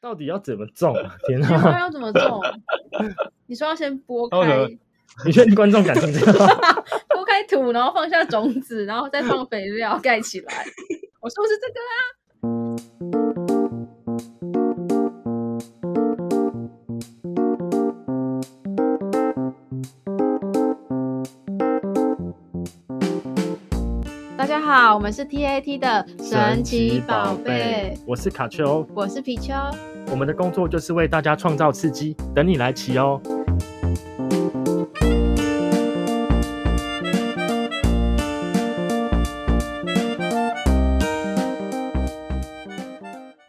到底要怎么中啊？ 天你说哪！要怎么中？你说要先剥那为什么开你确定观众感兴趣 吗？剥开土，然后放下种子，然后再放肥料盖起来。我说的是这个啊。大家好，我们是 TAT 的神奇宝贝，，我是卡丘，我是皮丘。我们的工作就是为大家创造刺激，等你来骑哦。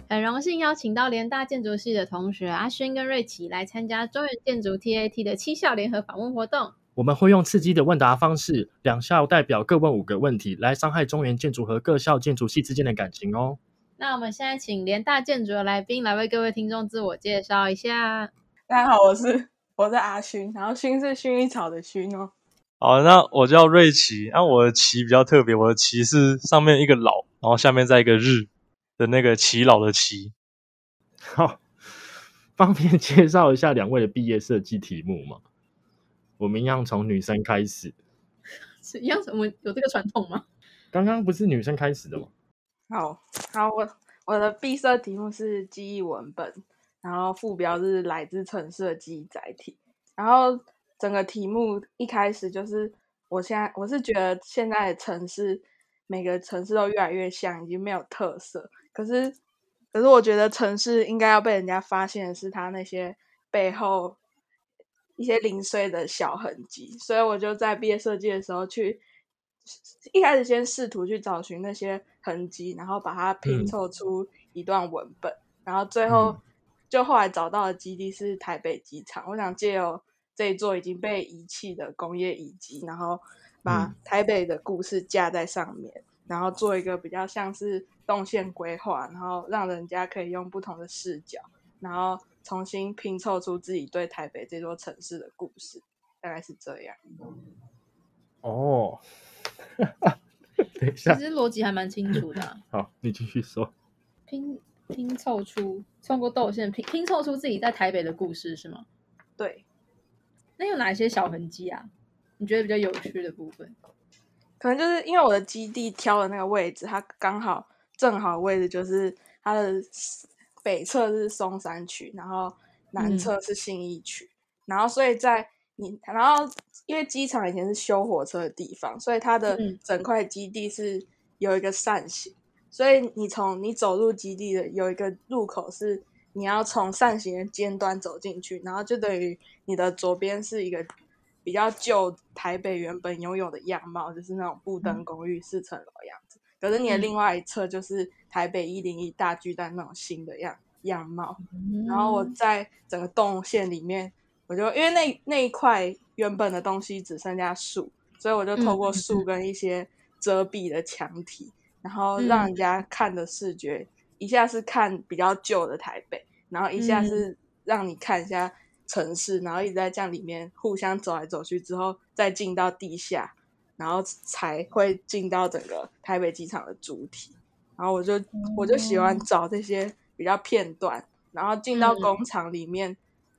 很荣幸邀请到联大建筑系的同学阿轩跟瑞奇来参加中原建筑 TAT 的七校联合访问活动。我们会用刺激的问答方式，两校代表各问五个问题，来伤害中原建筑和各校建筑系之间的感情哦。那我们现在请联大建筑的来宾来为各位听众自我介绍一下。大家好，我是我是阿勋，然后勋是薰衣草的薰哦。好，那我叫瑞奇，那、我的奇比较特别，我的奇是上面一个老，然后下面再一个日的那个奇老的奇。好，方便介绍一下两位的毕业设计题目吗？我们一样从女生开始，是一样，我们有这个传统吗？刚刚不是女生开始的吗？好，好，我我的闭设题目是记忆文本，然后副标是来自城市的记忆载体，然后整个题目一开始就是我现在我是觉得现在的城市每个城市都越来越像，已经没有特色，可是可是我觉得城市应该要被人家发现的是它那些背后一些零碎的小痕迹，所以我就在毕业设计的时候去，一开始先试图去找寻那些痕迹，然后把它拼嗯凑出一段文本，然后最后嗯就后来找到的基地是台北机场，我想借由这一座已经被遗弃的工业遗迹，然后把嗯台北的故事架在上面。然后做一个比较像是动线规划，然后让人家可以用不同的视角，然后重新拼凑出自己对台北这座城市的故事，大概是这样。哦， 等一其啊下，实逻辑还蛮清楚的啊、好，你继续说。拼拼凑出穿过豆线，拼拼凑出自己在台北的故事是吗？对，那有哪些小痕迹啊？你觉得比较有趣的部分？可能就是因为我的基地挑的那个位置，它刚好正好位置就是它的北侧是松山区，然后南嗯侧是信义区，然后所以在你然后因为机场以前是修火车的地方，所以它的嗯整块基地是有一个扇形，所以你从你走入基地的有一个入口是你要从扇形的尖端走进去，然后就等于你的左边是一个比较旧台北原本拥有的样貌，就是那种布灯公寓四层楼的样子。可是你的嗯另外一侧就是台北一零一大巨蛋那种新的样样貌。然后我嗯在整个动线里面，我就因为那那一块原本的东西只剩下树，所以我就透嗯过嗯树跟一些遮蔽的墙体，然后让嗯人家看的视觉，一下是看比较旧的台北，然后一下嗯是让你看一下城市，然后一直在这样里面互相走来走去之后，再进到地下，然后才会进到整个台北机场的主体。然后我就我就喜欢哦找这些比较片段，然后进到嗯工厂里面。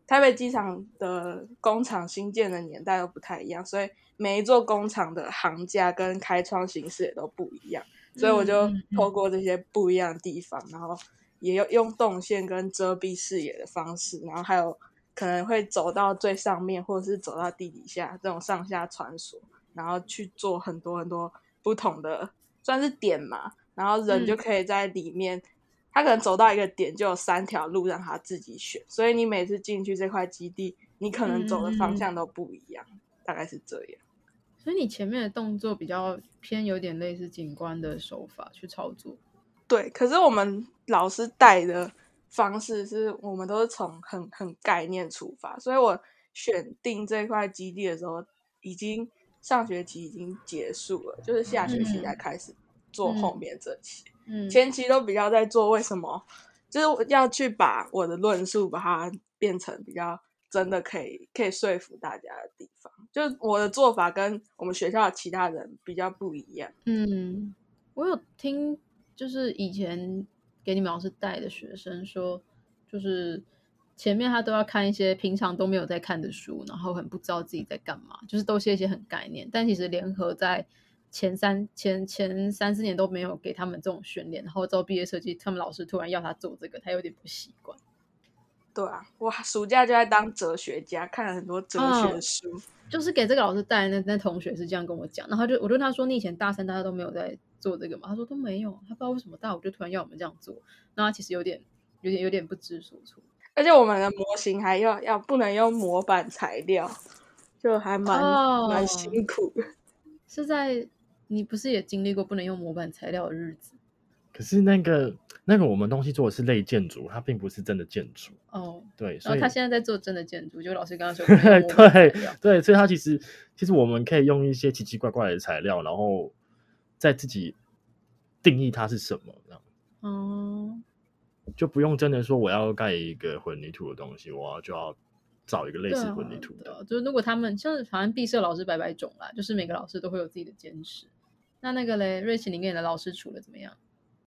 台北机场的工厂新建的年代都不太一样，所以每一座工厂的行价跟开窗形式也都不一样。所以我就嗯嗯嗯透过这些不一样的地方，然后也有用动线跟遮蔽视野的方式，然后还有可能会走到最上面，或者是走到地底下这种上下穿梭，然后去做很多很多不同的算是点嘛，然后人嗯就可以在里面。他可能走到一个点，就有三条路让他自己选，所以你每次进去这块基地，你可能走嗯的嗯嗯嗯方向都不一样，大概是这样。所以你前面的动作比较偏有点类似景观的手法去操作，对，可是我们老师带的方式是我们都是从很很概念出发，所以我选定这块基地的时候，已经上学期已经结束了，就是下学期才嗯开始做后面这期，嗯，前期都比较在做为什么，就是我要去把我的论述把它变成比较真的可以可以说服大家的地方，就是我的做法跟我们学校的其他人比较不一样。嗯，我有听，就是以前给你们老师带的学生说，就是前面他都要看一些平常都没有在看的书，然后很不知道自己在干嘛，就是都是一些很概念。但其实联合在前三前前三四年都没有给他们这种训练，然后到毕业设计，他们老师突然要他做这个，他有点不习惯。对啊，我暑假就在当哲学家，看了很多哲嗯学书。就是给这个老师带的那那同学是这样跟我讲，然后就我就跟他说，你以前大三、大家都没有在做这个嘛？他说都没有，他不知道为什么大五就突然要我们这样做，那他其实有点、有点、有点不知所措。而且我们的模型还要要不能用模板材料，就还蛮、哦蛮辛苦的。是在你不是也经历过不能用模板材料的日子可是那个那个我们东西做的是类建筑，它并不是真的建筑，哦？对，然所后以他现在在做真的建筑，就老师跟 他说不能用模板材对料，对，所以它其实其实我们可以用一些奇奇怪怪的材料，然后再自己定义它是什么，这样哦，就不用真的说我要盖一个混凝土的东西，我要就要找一个类对似啊，混凝土的。对啊就是如果他们像好像毕设老师百百种啦，就是每个老师都会有自己的坚持。那那个嘞，瑞奇，你跟你的老师处的怎么样？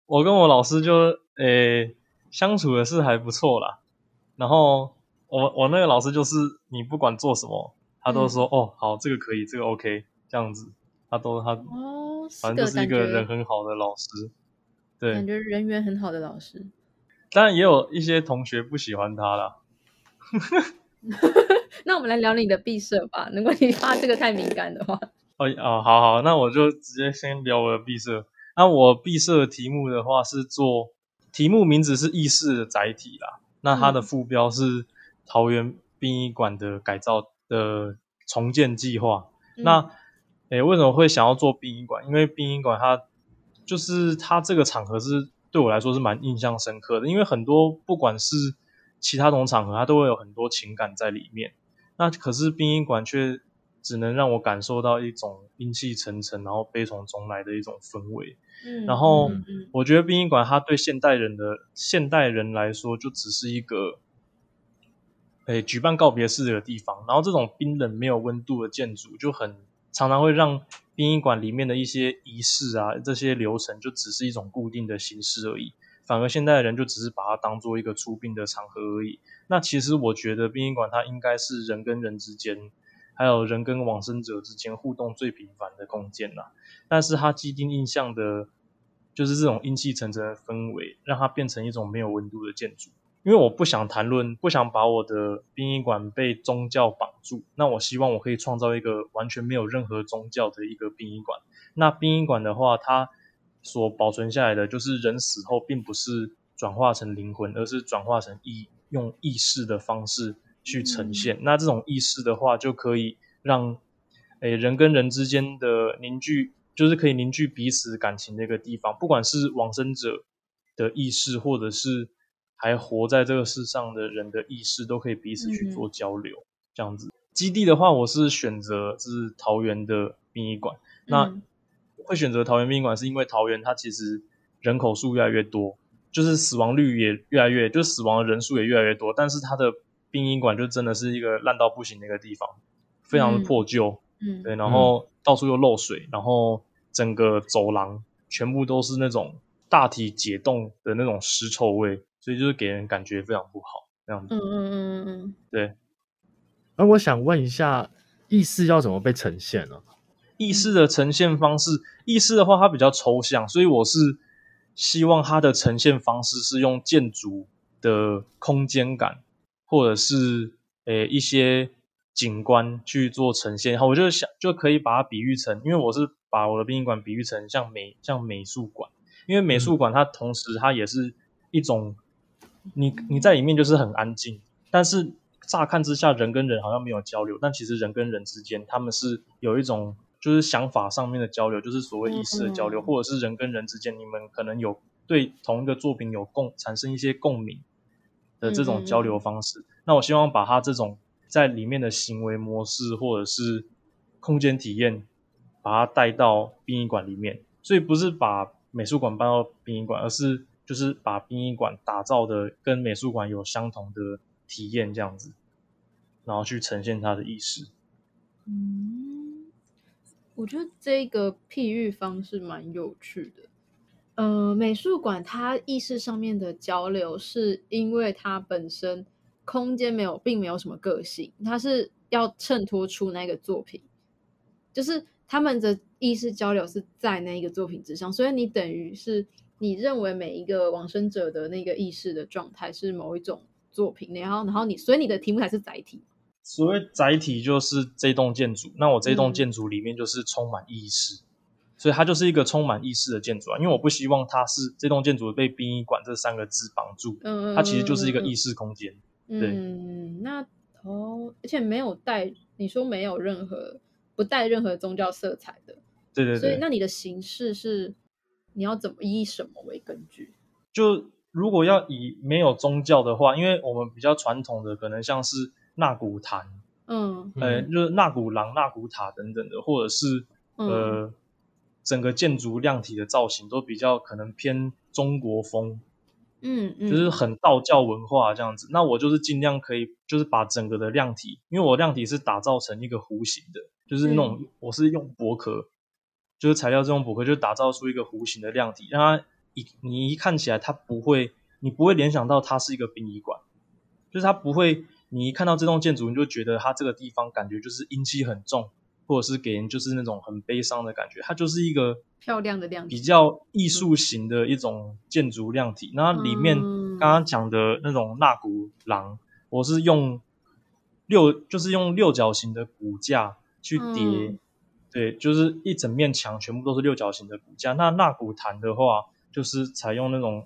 我跟我老师就诶、相处的是还不错啦。然后我我那个老师就是你不管做什么，他嗯都说、哦好，这个可以，这个 OK 这样子，他都他哦，反正就是一感觉个人很好的老师。感对，觉人缘很好的老师。当然也有一些同学不喜欢他啦。那我们来聊你的毕设吧。如果你怕这个太敏感的话，哦哦，好好，那我就直接先聊我的毕设。那我毕设的题目的话是做题目名字是意式的载体啦，那它的嗯副标是桃园殡仪馆的改造的重建计划。嗯那诶，为什么会想要做殡仪馆？因为殡仪馆它就是它这个场合是对我来说是蛮印象深刻的，因为很多不管是其他种场合，它都会有很多情感在里面。那可是殡仪馆却只能让我感受到一种阴气沉沉，然后悲从中来的一种氛围。嗯，然后嗯嗯我觉得殡仪馆它对现代人的现代人来说，就只是一个，诶，举办告别式的地方。然后这种冰冷没有温度的建筑，就很常常会让殡仪馆里面的一些仪式啊，这些流程就只是一种固定的形式而已。反而现代人就只是把它当做一个出殡的场合而已。那其实我觉得殡仪馆它应该是人跟人之间，还有人跟往生者之间互动最频繁的空间啊啦、但是它既定印象的，就是这种阴气沉沉的氛围，让它变成一种没有温度的建筑。因为我不想谈论，不想把我的殡仪馆被宗教绑住。那我希望我可以创造一个完全没有任何宗教的一个殡仪馆。那殡仪馆的话，它所保存下来的就是人死后并不是转化成灵魂，而是转化成意，用意识的方式去呈现。那这种意识的话，就可以让诶人跟人之间的凝聚，就是可以凝聚彼此感情的一个地方。不管是往生者的意识，或者是还活在这个世上的人的意识，都可以彼此去做交流。这样子，基地的话，我是选择是桃园的殡仪馆。那嗯会选择桃园殡仪馆，是因为桃园它其实人口数越来越多，就是死亡率也越来越，就死亡的人数也越来越多，但是它的殡仪馆就真的是一个烂到不行的一个地方，非常的破旧，嗯，对，然后到处又漏水，然后整个走廊全部都是那种大体解冻的那种尸臭味，所以就是给人感觉非常不好，这样子。嗯嗯嗯嗯对，而我想问一下，意识要怎么被呈现呢、意识的呈现方式，意识的话它比较抽象，所以我是希望它的呈现方式是用建筑的空间感，或者是诶、一些景观去做呈现。然后我就想就可以把它比喻成，因为我是把我的殡仪馆比喻成像美像美术馆，因为美术馆它同时它也是一种，你你在里面就是很安静，但是乍看之下，人跟人好像没有交流，但其实人跟人之间，他们是有一种就是想法上面的交流，就是所谓意识的交流，嗯或者是人跟人之间，你们可能有对同一个作品有共产生一些共鸣的这种交流方式。那我希望把它这种在里面的行为模式或者是空间体验，把它带到殡仪馆里面。所以不是把美术馆搬到殡仪馆，而是就是把殡仪馆打造的跟美术馆有相同的体验这样子，然后去呈现它的意识。嗯，我觉得这个譬喻方式蛮有趣的。呃，美术馆它意识上面的交流，是因为它本身空间没有，并没有什么个性，它是要衬托出那个作品，就是他们的意识交流是在那一个作品之上，所以你等于是你认为每一个往生者的那个意识的状态是某一种作品，然后然后你所以你的题目才是载体，所谓载体就是这栋建筑，那我这栋嗯建筑里面就是充满意识，所以它就是一个充满意识的建筑啊。因为我不希望它是这栋建筑被殡仪馆这三个字绑住，嗯，它其实就是一个嗯嗯意识空间。对嗯，那哦，而且没有带，你说没有任何不带任何宗教色彩的，对对所以对，那你的形式是你要怎么以什么为根据？就如果要以没有宗教的话，因为我们比较传统的可能像是纳古坛，嗯呃，嗯就是纳古廊、纳古塔等等的，或者是嗯呃，整个建筑量体的造型都比较可能偏中国风，嗯嗯，就是很道教文化这样子。那我就是尽量可以，就是把整个的量体，因为我量体是打造成一个弧形的，就是那种、我是用薄壳，就是材料是用薄壳，就打造出一个弧形的量体，让它一你一看起来它不会，你不会联想到它是一个殡仪馆，就是它不会，你一看到这栋建筑你就觉得它这个地方感觉就是阴气很重。或者是给人就是那种很悲伤的感觉，它就是一个漂亮的量体比较艺术型的一种建筑量体。那里面嗯刚刚讲的那种纳古廊，我是用六，就是用六角形的骨架去叠，嗯对，就是一整面墙全部都是六角形的骨架。那纳古坛的话，就是采用那种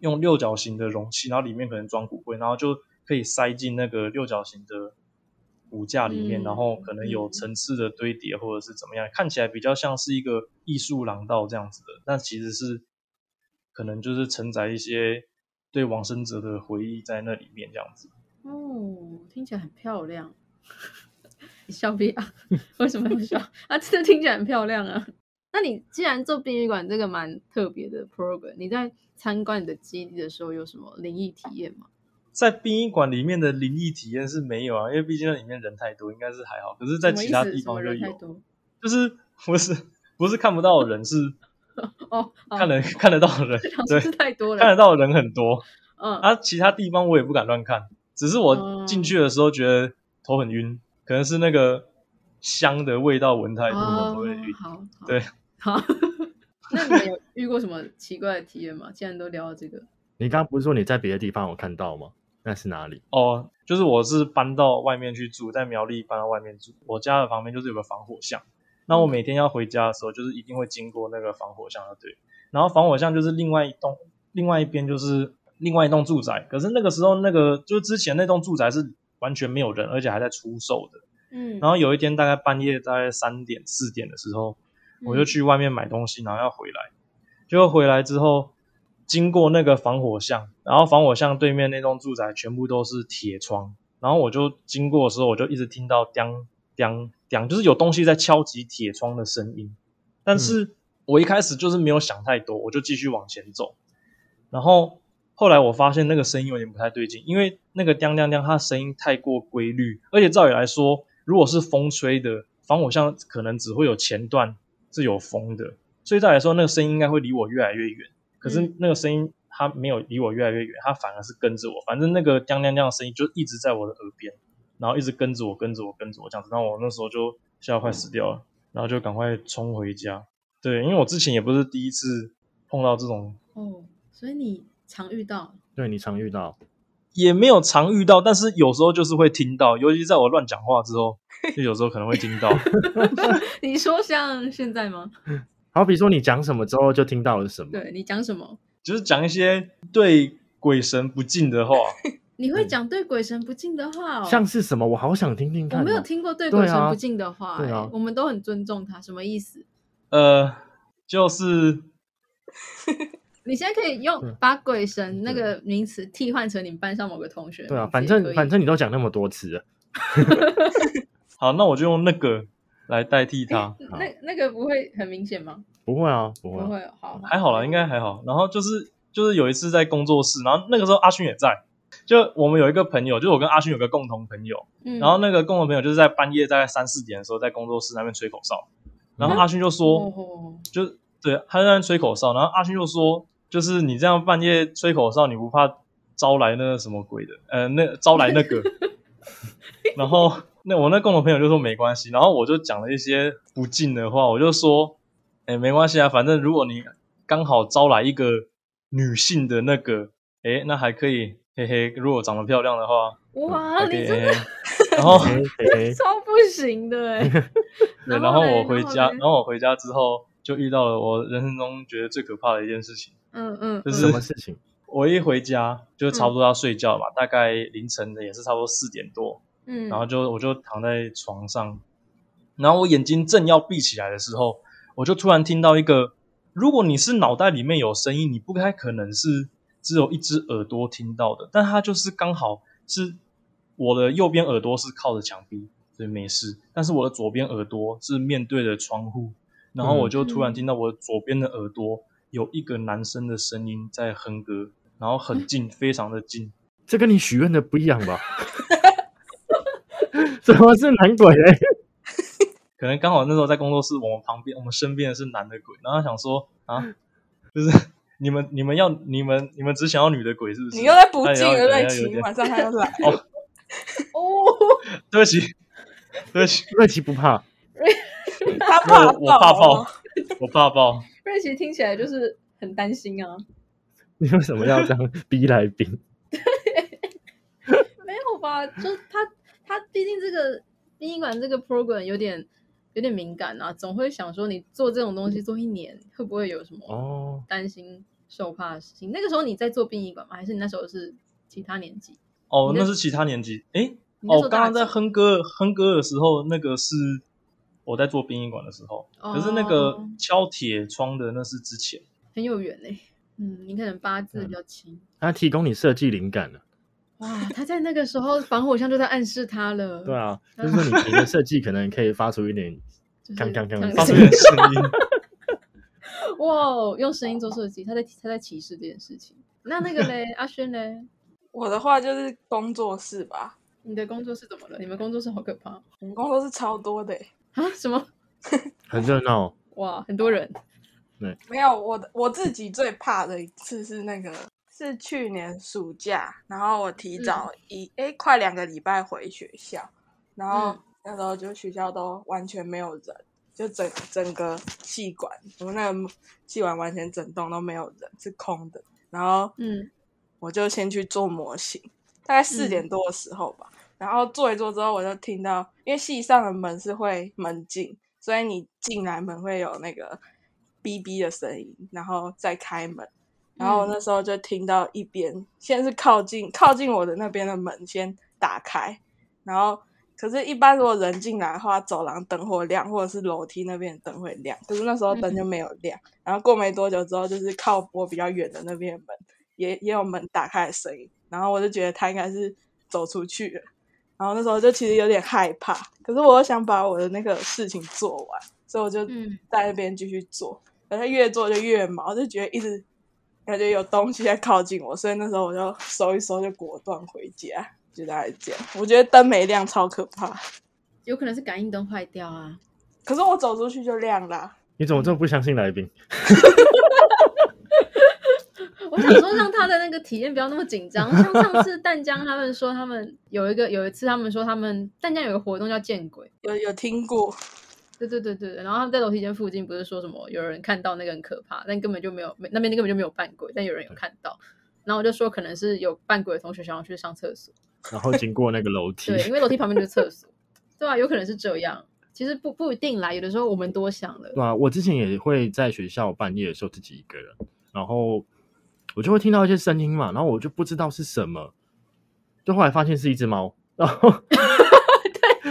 用六角形的容器，然后里面可能装骨灰，然后就可以塞进那个六角形的骨架里面，嗯然后可能有嗯层次的堆叠或者是怎么样，看起来比较像是一个艺术廊道这样子的，但其实是可能就是承载一些对往生者的回忆在那里面这样子。哦，听起来很漂亮。 你笑屁啊！ 为什么要笑啊？真的听起来很漂亮啊！那你既然做殡仪馆这个蛮特别的 program，你在参观你的基地的时候有什么灵异体验吗？在殡仪馆里面的灵异体验是没有啊，因为毕竟那里面人太多，应该是还好。可是，在什么其意他思地什么方就人太有，多就是不是不是看不到的人，是哦，好看得、看得到的人，想说 对是，太多了，看得到的人很多。嗯 啊，其他地方我也不敢乱看，只是我进去的时候觉得头很晕，可能是那个香的味道闻太多，哦头会晕。好，好对， 好。那你们有遇过什么奇怪的体验吗？既然都聊到这个，你刚刚不是说你在别的地方有看到吗？那是哪里？哦，就是我是搬到外面去住，在苗栗搬到外面住，我家的旁边就是有个防火巷。那我每天要回家的时候，就是一定会经过那个防火巷的对。然后防火巷就是另外一栋，另外一边就是另外一栋住宅。可是那个时候，那个就是之前那栋住宅是完全没有人，而且还在出售的。嗯然后有一天大概半夜大概三点四点的时候，我就嗯去外面买东西，然后要回来，结果回来之后经过那个防火巷，然后防火巷对面那栋住宅全部都是铁窗，然后我就经过的时候，我就一直听到当当当，就是有东西在敲击铁窗的声音，但是我一开始就是没有想太多，我就继续往前走，然后。后来我发现那个声音有点不太对劲，因为那个当当当，它的声音太过规律，而且照理来说，如果是风吹的防火巷，可能只会有前段是有风的，所以照理来说，那个声音应该会离我越来越远。可是嗯那个声音它没有离我越来越远，它反而是跟着我。反正那个当当当的声音就一直在我的耳边，然后一直跟着我，跟着我，跟着我这样子。然后我那时候就吓得快死掉了，然后就赶快冲回家。对，因为我之前也不是第一次碰到这种哦，所以你常遇到，对你常遇到，也没有常遇到，但是有时候就是会听到，尤其在我乱讲话之后，就有时候可能会听到。 你说像现在吗？好比说你讲什么之后就听到了什么，对你讲什么？就是讲一些对鬼神不敬的话。你会嗯讲对鬼神不敬的话、哦？像是什么，我好想听听我看、哦。没有听过对对鬼神啊不敬的话、对啊哎我们都很尊重他，什么意思？呃，就是你现在可以用对把鬼神那对个名词替换成你们班上某个同学的对啊，名字反也可正以反正你都讲那么多次了，好，那我就用那个来代替它，那那个不会很明显吗？不会啊，不不会、啊。会哦，好，还好啦，应该还好。然后就是就是有一次在工作室，然后那个时候阿勋也在，就我们有一个朋友，就是我跟阿勋有个共同朋友，嗯然后那个共同朋友就嗯是在半夜大概三四点的时候在工作室那边吹口哨，然后阿勋就说，哦，就对，他在那边吹口哨，然后阿勋就说，就是你这样半夜吹口哨，你不怕招来那个什么鬼的？呃，那招来那 个。然后那我那共同朋友就说没关系，然后我就讲了一些不敬的话，我就说，哎，没关系啊，反正如果你刚好招来一个女性的那个，哎，那还可以，嘿嘿，如果长得漂亮的话，哇，还可啊你以，真嘿的嘿。 然后嘿嘿超不行的哎、哎 对，然然后后嘞我回然家，后嘞然后我回家之后就遇到了我人生中觉得最可怕的一件事情，嗯嗯，就什是么事情？我一回家就差不多要睡觉嘛，大概凌晨的也是差不多四点多， 嗯，然后就我就躺在床上，然后我眼睛正要闭起来的时候，我就突然听到一个，如果你是脑袋里面有声音，你不太可能是只有一只耳朵听到的，但它就是刚好是我的右边耳朵是靠着墙壁，所以没事，但是我的左边耳朵是面对着窗户，然后我就突然听到我左边的耳朵有一个男生的声音在哼歌，然后很近，非常的近。这跟你许愿的不一样吧？ 什么是男鬼嘞？可能刚好那时候在工作室，我们旁边我们身边的是男的鬼，然后他想说啊，就是 你们你们要你们你们只想要女的鬼是不是？你又在不哎敬呀了，瑞等一下有奇，点晚上他又 来。哦，对不起，对不起，瑞奇不怕，他因为怕我我怕爆哦爆，我怕爆，瑞奇听起来就是很担心啊，你为什么要这样逼来宾？没有吧？就是他他毕竟这个殡仪馆这个 program 有点有点敏感啊，总会想说你做这种东西做一年会不会有什么哦，担心受怕的事情？那个时候你在做殡仪馆吗？还是你那时候是其他年纪？哦，你那那是其他年级，诶，你那时哦，候刚刚大在几哼歌哼歌的时候，那个是我在做殡仪馆的时候，可是那个哦敲铁窗的那是之前，很有缘哎、嗯，你可能八字嗯比较轻。他提供你设计灵感了。哇，他在那个时候防火箱就在暗示他了。对，啊，就是说你你的设计可能可以发出一点，就是锵锵锵强发出行一点声音，哇哦，用声音做设计，他在他在歧视这件事情。那那个嘞，阿轩嘞，我的话就是工作室吧，你的工作室怎么了？你们工作室好可怕我们工作室超多的欸、啊！什么？很热闹。哇，很多人没有，我的我自己最怕的一次是那个，是去年暑假，然后我提早一诶快两个礼拜回学校，然后嗯那时候就学校都完全没有人，就整整个系馆，我们那个系馆完全整栋都没有人，是空的。然后嗯，我就先去做模型，大概四嗯点多的时候吧。然后做一做之后，我就听到，因为系上的门是会门禁，所以你进来门会有那个哔哔的声音，然后再开门。然后我那时候就听到一边，先是靠近靠近我的那边的门先打开，然后可是，一般如果人进来的话，走廊灯会亮，或者是楼梯那边的灯会亮，可是那时候灯就没有亮。然后过没多久之后，就是靠坡比较远的那边的门也也有门打开的声音，然后我就觉得他应该是走出去了。然后那时候就其实有点害怕，可是我又想把我的那个事情做完，所以我就嗯在那边继续做。可是越做就越毛，就觉得一直感觉有东西在靠近我，所以那时候我就收一收，就果断回家。就大概是这样，我觉得灯没亮超可怕，有可能是感应灯坏掉啊。可是我走出去就亮啦。你怎么这么不相信来宾？我想说让他的那个体验不要那么紧张。像上次淡江他们说，他们有一个有一次他们说他们淡江有个活动叫见鬼，有有听过，对对对对，对然后他们在楼梯间附近不是说什么有人看到那个很可怕，但根本就没有，没那边根本就没有扮鬼，但有人有看到。然后我就说可能是有扮鬼的同学想要去上厕所，然后经过那个楼梯，对，因为楼梯旁边就是 厕所，对啊，有可能是这样。其实不不一定啦，有的时候我们多想了。对啊，我之前也会在学校半夜的时候自己一个人，然后我就会听到一些声音嘛，然后我就不知道是什么，就后来发现是一只猫，然 后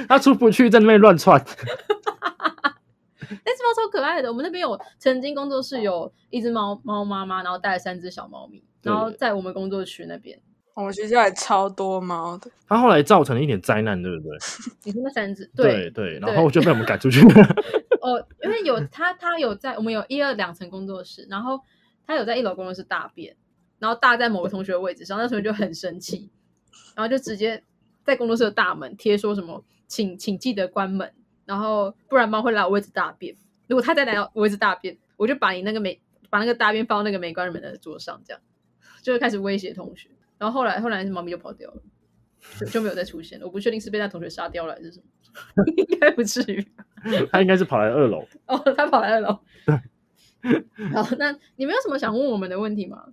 它出不去，在那边乱窜，那只猫超可爱的，我们那边有曾经工作室有一只猫猫妈妈，然后带了三只小猫咪，对然后在我们工作区那边，我们学校也超多猫的，它后来造成了一点灾难，对不对？你说那三只，对然后就被我们赶出 去哦，因为有他，他有在我们有一二两层工作室，然后他有在一楼工作室大便，然后大在某个同学的位置上，那同学就很生气，然后就直接在工作室的大门贴说什么“请请记得关门”，然后不然猫会来我位置大便。如果他再来我位置大便，我就把你那个美把那个大便放到那个美观人的桌上，这样就开始威胁同学。然后后来后来猫咪就跑掉了，就就没有再出现了。我不确定是被那同学杀掉了还是什么， 应该不至于。他应该是跑来二楼。哦，他跑来二楼。好，那你们有什么想问我们的问题吗？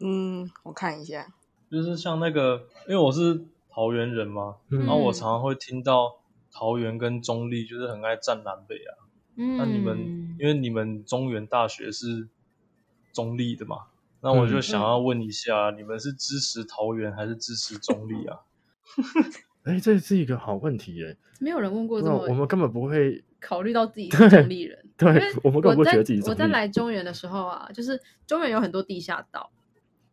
嗯，我看一下，就是像那个，因为我是桃园人嘛，嗯然后我常常会听到桃园跟中立就是很爱站南北啊。嗯那你们因为你们中原大学是中立的嘛，那我就想要问一下，你们是支持桃园还是支持中立啊？哎，这是一个好问题耶！没有人问过这那我么们根本不会，考虑到自己是中 立人。因对为我们根本不会在觉得自己中我在立来中原的时候啊，就是中原有很多地下道，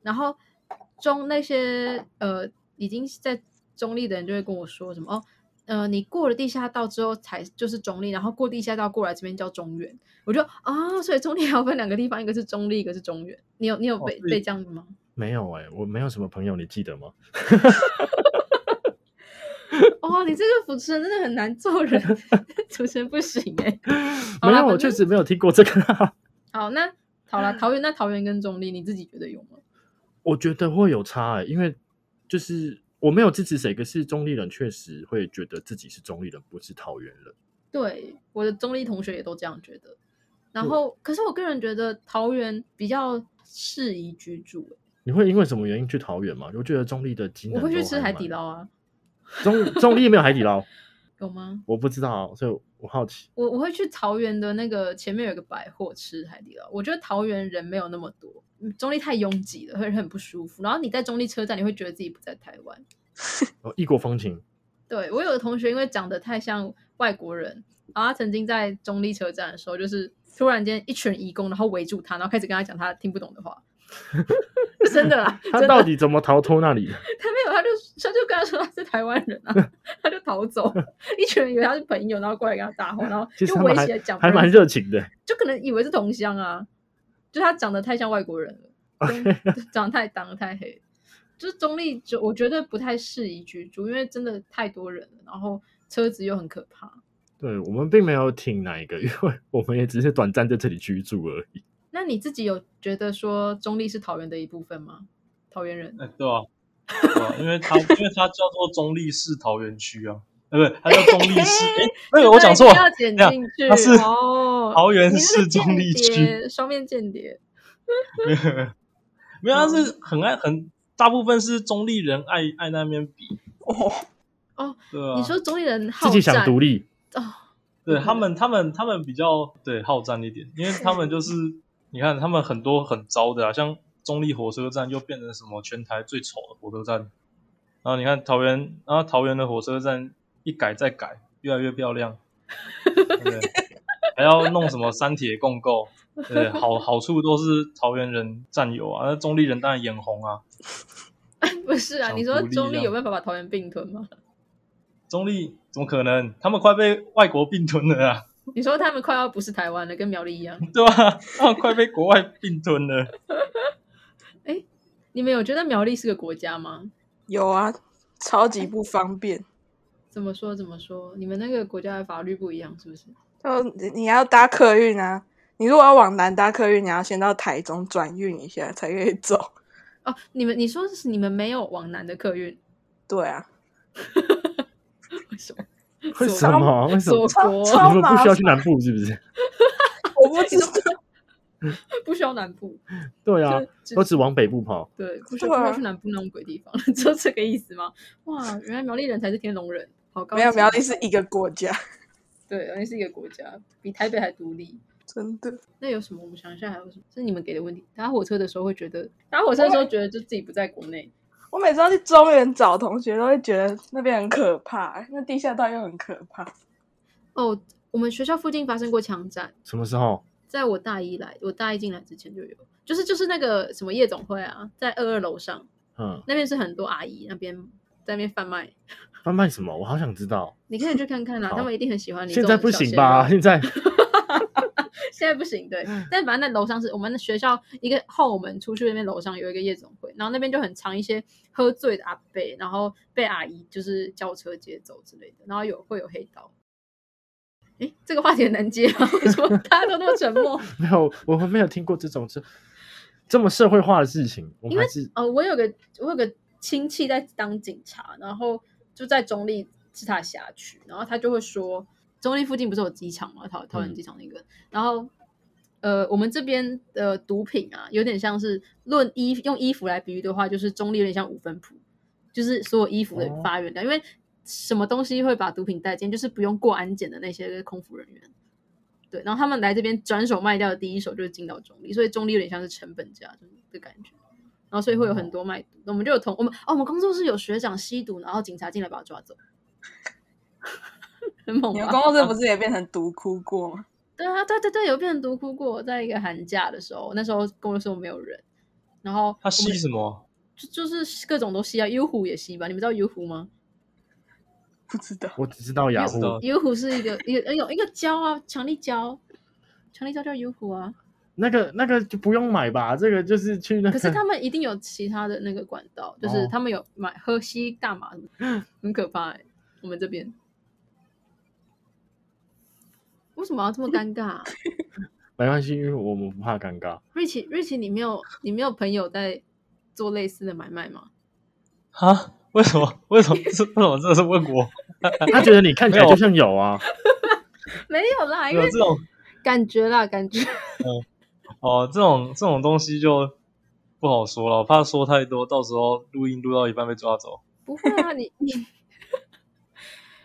然后中那些呃已经在中立的人就会跟我说什么哦，呃，你过了地下道之后才就是中立，然后过地下道过来这边叫中原，我就啊、所以中立还要分两个地方，一个是中立，一个是中原。你有你有哦被、所以被这样子吗？没有哎，我没有什么朋友，你记得吗？哦，你这个主持人真的很难做 人，主持人不行哎、好没啦有，我反确正实没有听过这个啊。好，那好 了，桃园那桃园跟中立，你自己觉得有吗？我觉得会有差哎，因为就是我没有支持谁，可是中立人确实会觉得自己是中立人，不是桃园人。对，我的中立同学也都这样觉得。然后，可是我个人觉得桃园比较适宜居住欸，你会因为什么原因去桃园吗？我觉得中立的机能我会去都吃还海蛮底捞。啊，中中立没有海底捞，有吗？我不知道，所以我好奇。我我会去桃园的那个前面有一个百货吃海底捞，我觉得桃园人没有那么多，嗯中立太拥挤了，会很不舒服。然后你在中立车站，你会觉得自己不在台湾。哦，异国风情，对我有的同学因为长得太像外国人，然后他曾经在中立车站的时候，就是突然间一群移工，然后围住他，然后开始跟他讲他听不懂的 话，真的啦，他真的到底怎么逃脱那里的？ 他没有，他就他就跟他说他是台湾人啊，他就逃走，一群人以为他是朋友，然后过来跟他搭话，然后其就实他威们还胁讲，还蛮热情的。就可能以为是同乡啊，就他长得太像外国人了，跟长得太长得太黑了，就是中立就我觉得不太适宜居住，因为真的太多人了，然后车子又很可怕。对我们并没有挺哪一个，因为我们也只是短暂在这里居住而已。那你自己有觉得说中立是桃园的一部分吗？桃园人 哎、对啊，对啊，因为它因为它叫做中立市桃园区啊，对不对？它叫中立市，哎、那个我讲错对了不，要剪等一进去它是哦。桃园你那个市中立间区，谍，双面间谍。 没有，它是很爱很大部分是中立人爱爱那边比哦，对啊，你说中立人好自己想独立立， 哦，对他们，他们他们比较对好战一点，因为他们 就是你看，他们很多很糟的啊，像中立火车站又变成什么全台最丑的火车站，然后你看桃园，然后桃园的火车站一改再改，越来越漂 亮，对不对？还要弄什么三铁共购，对不对，好好处都是桃园人占有啊，那中立人当然眼红啊，不是啊？想你说独立中立啊有办法把桃园并吞吗？中立怎么可能？他们快被外国并吞了啊， 你说他们快要不是台湾了，跟苗栗一样。 对吧、他们快被国外并吞了。你们有觉得苗栗是个国家吗？有啊，超级不方便。怎么说怎么说？你们那个国家的法律不一样，是不是？就你你要搭客运啊，你如果要往南搭客运，你要先到台中转运一下才可以走。 哦，你们你说是你们没有往南的客运，对啊，为什 么？为什么？为什锁么？国 超你们不麻需要去烦南部是不是？ 我不知道，不需要南部，对啊就，只都只往北部跑。对，不需要对不需啊要去南部那种鬼地方， 就这个意思吗？哇，原来苗栗人才是天龙人，好高级。啊没有苗栗是一个国家， 对，苗栗是一个国家，比台北还独立。真的。那有什么？我们想一下还有什么？这是你们给的问题。搭火车的时候会觉得，搭火车的时候觉得就自己不在国内。我每次要去中原找同学，都会觉得那边很可怕，那地下道又很可怕。哦，我们学校附近发生过枪战，什么时候？在我大一来，我大一进来之前就有，就是就是那个什么夜总会啊，在二二楼上嗯，那边是很多阿姨那边在那边贩卖，贩卖什么？我好想知道。你可以去看看啦、好他们一定很喜啊欢你。现在不行吧？？现在 现在不行，对。但反正那楼上是我们的学校一个后门出去那边楼上有一个夜总会，然后那边就很常一些喝醉的阿伯，然后被阿姨就是叫车接走之类的，然后有会有黑道。诶，这个话题很难接啊，为什么大家都那么沉默？没有，我们没有听过这种这这么社会化的事情，我们还是哦，我有个我有个亲戚在当警察，然后就在中立是他辖区，然后他就会说，中立附近不是有机场吗？桃桃园机场那个，然后呃，我们这边的毒品啊，有点像是论衣用衣服来比喻的话，就是中立有点像五分铺，就是所有衣服的哦发源量，因为什么东西会把毒品带进，就是不用过安检的那些空服人员。对，然后他们来这边转手卖掉的第一手就是进到中立，所以中立有点像是成本价就是的感觉。然后所以会有很多卖毒，我们就有同我们哦，我们工作室有学长吸毒，然后警察进来把他抓走，很猛你们吧工？作室不是也变成毒窟过吗？ 对啊，对对对，有变成独哭过，在一个寒假的时候，那时候工作室没有人，然后他吸什么？就就是各种都吸啊，优虎也吸吧？你们知道优虎吗？不知道，我只知道雅知道虎优虎是一个一个有一个胶啊，强力胶，强力胶叫优虎啊。那个那个就不用买吧，这个就是去那可个是他们一定有其他的那个管道，就是哦他们有买喝吸大麻什么，很可怕、欸。我们这边为什么要这么尴尬、啊、没关系，因为我们不怕尴 尬。 ？Rich Rich，你没有你没有朋友在做类似的买卖吗？啊？为什么？为什么？这为什么？这是问 我？他觉得你看起来没有就像有 啊，没有啦，因有为这种感觉啦，感觉 哦，这种这种东西就不好说了，我怕说太多，到时候录音录到一半被抓走。 不会啊，你你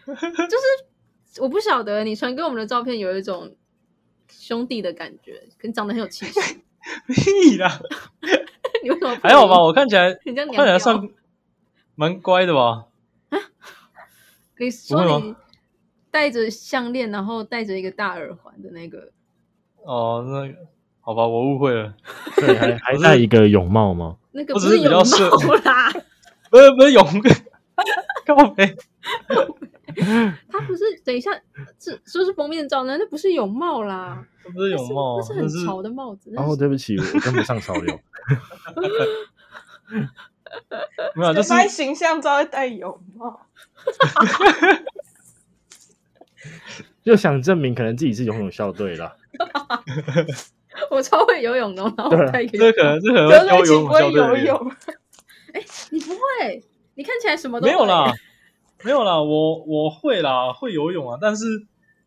就是我不晓得欸你传给我们的照片有一种兄弟的感觉，跟长得很有气势。 屁啦，你为什么不还好吧？理我看起来你这样看起来娘屌算蛮乖的吧？你会说吗你戴着项链，然后戴着一个大耳环的那个，哦，那好吧，我误会了，对，还还我是戴一个泳帽吗？那个我不只是比有较适帽啦，不是不是 勇哥，告别它不是。等一下，是说是封面照呢？那不是泳帽啦，不是泳帽啊那，是那那是很是潮的帽子。然那后是哦对不起，我跟不上潮流。没有，啊就是拍形象照会戴泳帽，又想证明可能自己是游泳校队啦。我超会游泳的，然后对啊我戴一个这泳可帽。能这可能德要瑞游奇泳不会校队游而已泳，你不会，你看起来什么都没有啦会。，没有啦，我我会啦，会游泳啊，但是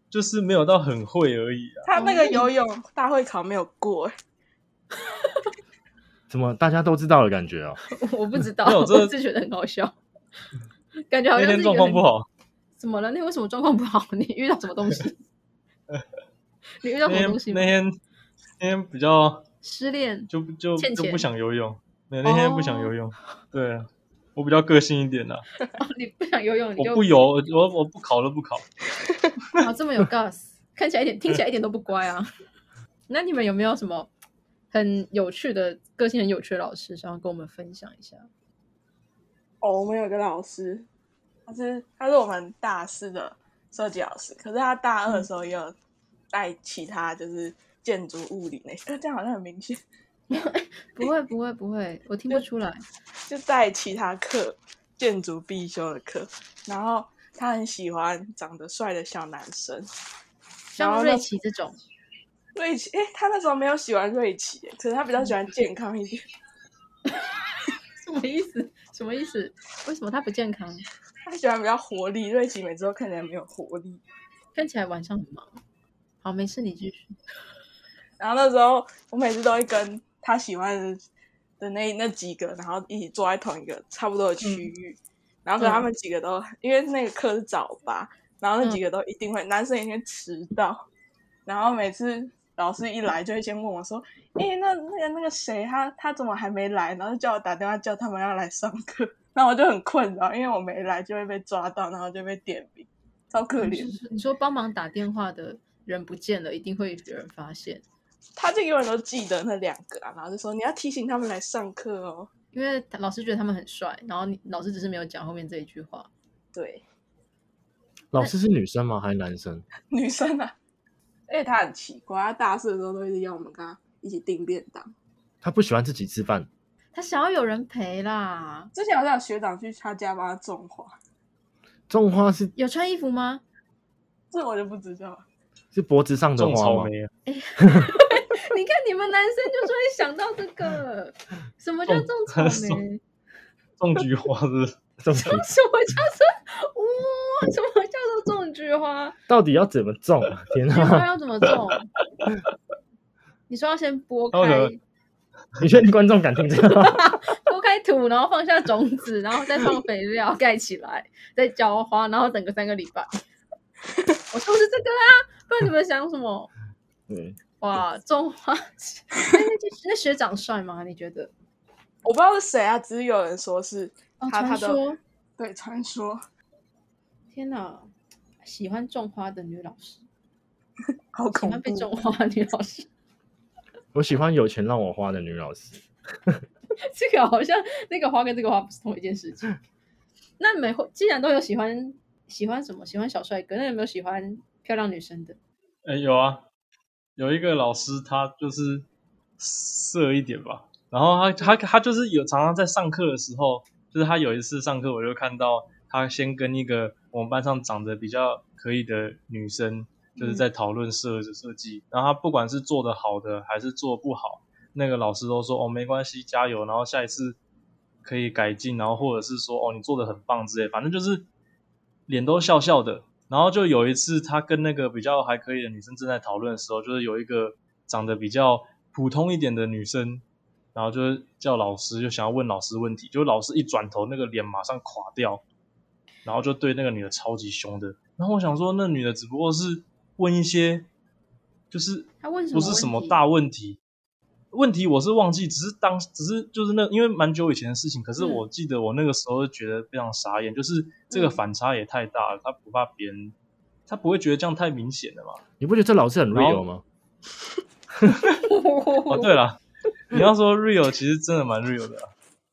就是没有到很会而已啊。他那个游泳大会考没有过，怎么大家都知道的感觉哦？我不知道，没有我这只觉得很好笑，感觉好那像是天一状个况很不好，怎么了？那为什么状况不好？ 你遇到什么东西？ 你遇到什那么天东西吗那？天那天比较失恋就就欠就钱不想游泳，对，那天不想游泳，对我比较个性一点啦，哦，你不想游泳，你就我不游，我我不考了不考，啊，这么有 gas，看 起来一点听起来一点都不乖啊。 那你们有没有什么很有趣的、个性很有趣的老师，想要跟我们分享一下？哦，我们有个老师，他是他是我们大四的设计老师，可是他大二的时候也有带其他就是建筑物理那些， 但这样好像很明显，不会，不会，不会，我听不出 来。就带其他课建筑必修的课，然后他很喜欢长得帅的小男生，然像后呢瑞奇这种，瑞奇，诶，他那时候没有喜欢瑞奇，可是他比较喜欢健康一点， 什么意思？什么意思？为什么他不健康？他喜欢比较活力，瑞奇每次都看起来没有活力，看起来晚上很忙。好，没事，你继续。然后那时候我每次都会跟他喜欢的的那那几个，然后一起坐在同一个差不多的区域。然后可能他们几个都、因为那个课是早八，然后那几个都一定会，男生一定会迟到。然后每次老师一来就会先问我说：“诶、那那个那个谁，他他怎么还没来？”然后就叫我打电话叫他们要来上课。然后我就很困扰，因为我没来就会被抓到，然后就被点名，超可就怜的。是你说帮忙打电话的人不见了，一定会有人发现，他就永远都记得那两个啊，然后就说你要提醒他们来上课哦。因为老师觉得他们很帅，然后你老师只是没有讲后面这一句话。对，老师是女生吗？还是男生？ 女生啊，而且她很奇怪，她大四的时候都一直要我们跟她一起订便当。他不喜欢自己吃饭，他想要有人陪啦，之前好像有学长去她家帮她种花，种花是有穿衣服吗？这我就不知道了。是脖子上的种花草吗？莓啊， 你看你们男生就是会想到这个，什么叫种草莓？ 什种么种菊花 是不是种菊叫做哇？什么叫做种菊花？到底要怎么种啊？天菊花啊！要怎么种？你说要先剥那为什么开，你确定观众敢听这个吗？剥开土，然后放下种子，然后再放肥料盖起来，再浇花，然后等个三个礼拜。 我说的是这个啊，不然你们想什么？对，哇，种花！ 哎那那那学长帅吗？你觉得？我不知道是谁啊，只是有人说是哦，他传他的说。对传说，天哪，喜欢种花的女老师，好喜恐欢被怖。种花的女老师， 我喜欢有钱让我花的女老师。这个好像那个花跟这个花不是同一件事情。那每会既然都有喜欢喜欢什么，喜欢小帅哥，那有没有喜欢漂亮女生的？哎、有啊，有一个老师他就是色一点吧，然后他他他就是有常常在上课的时候，就是他有一次上课我就看到他先跟一个我们班上长得比较可以的女生，就是在讨论设设计，然后他不管是做的好的还是做得不好，那个老师都说哦没关系，加油，然后下一次可以改进，然后或者是说哦你做的很棒之类，反正就是脸都笑笑的。然后就有一次他跟那个比较还可以的女生正在讨论的时候，就是有一个长得比较普通一点的女生，然后就是叫老师就想要问老师问题，就老师一转头那个脸马上垮掉，然后就对那个女的超级凶的。然后我想说那女的只不过是问一些就是她问什么不是什么问题大问题。问题我是忘记，只是当只是就是那因为蛮久以前的事情，可是嗯我记得我那个时候就觉得非常傻眼，就是这个嗯反差也太大了，他不怕别人，他不会觉得这样太明显了嘛？你不觉得这老师很然后 real 吗？哦，对了，你要说 real，其实真的蛮 real 的啊、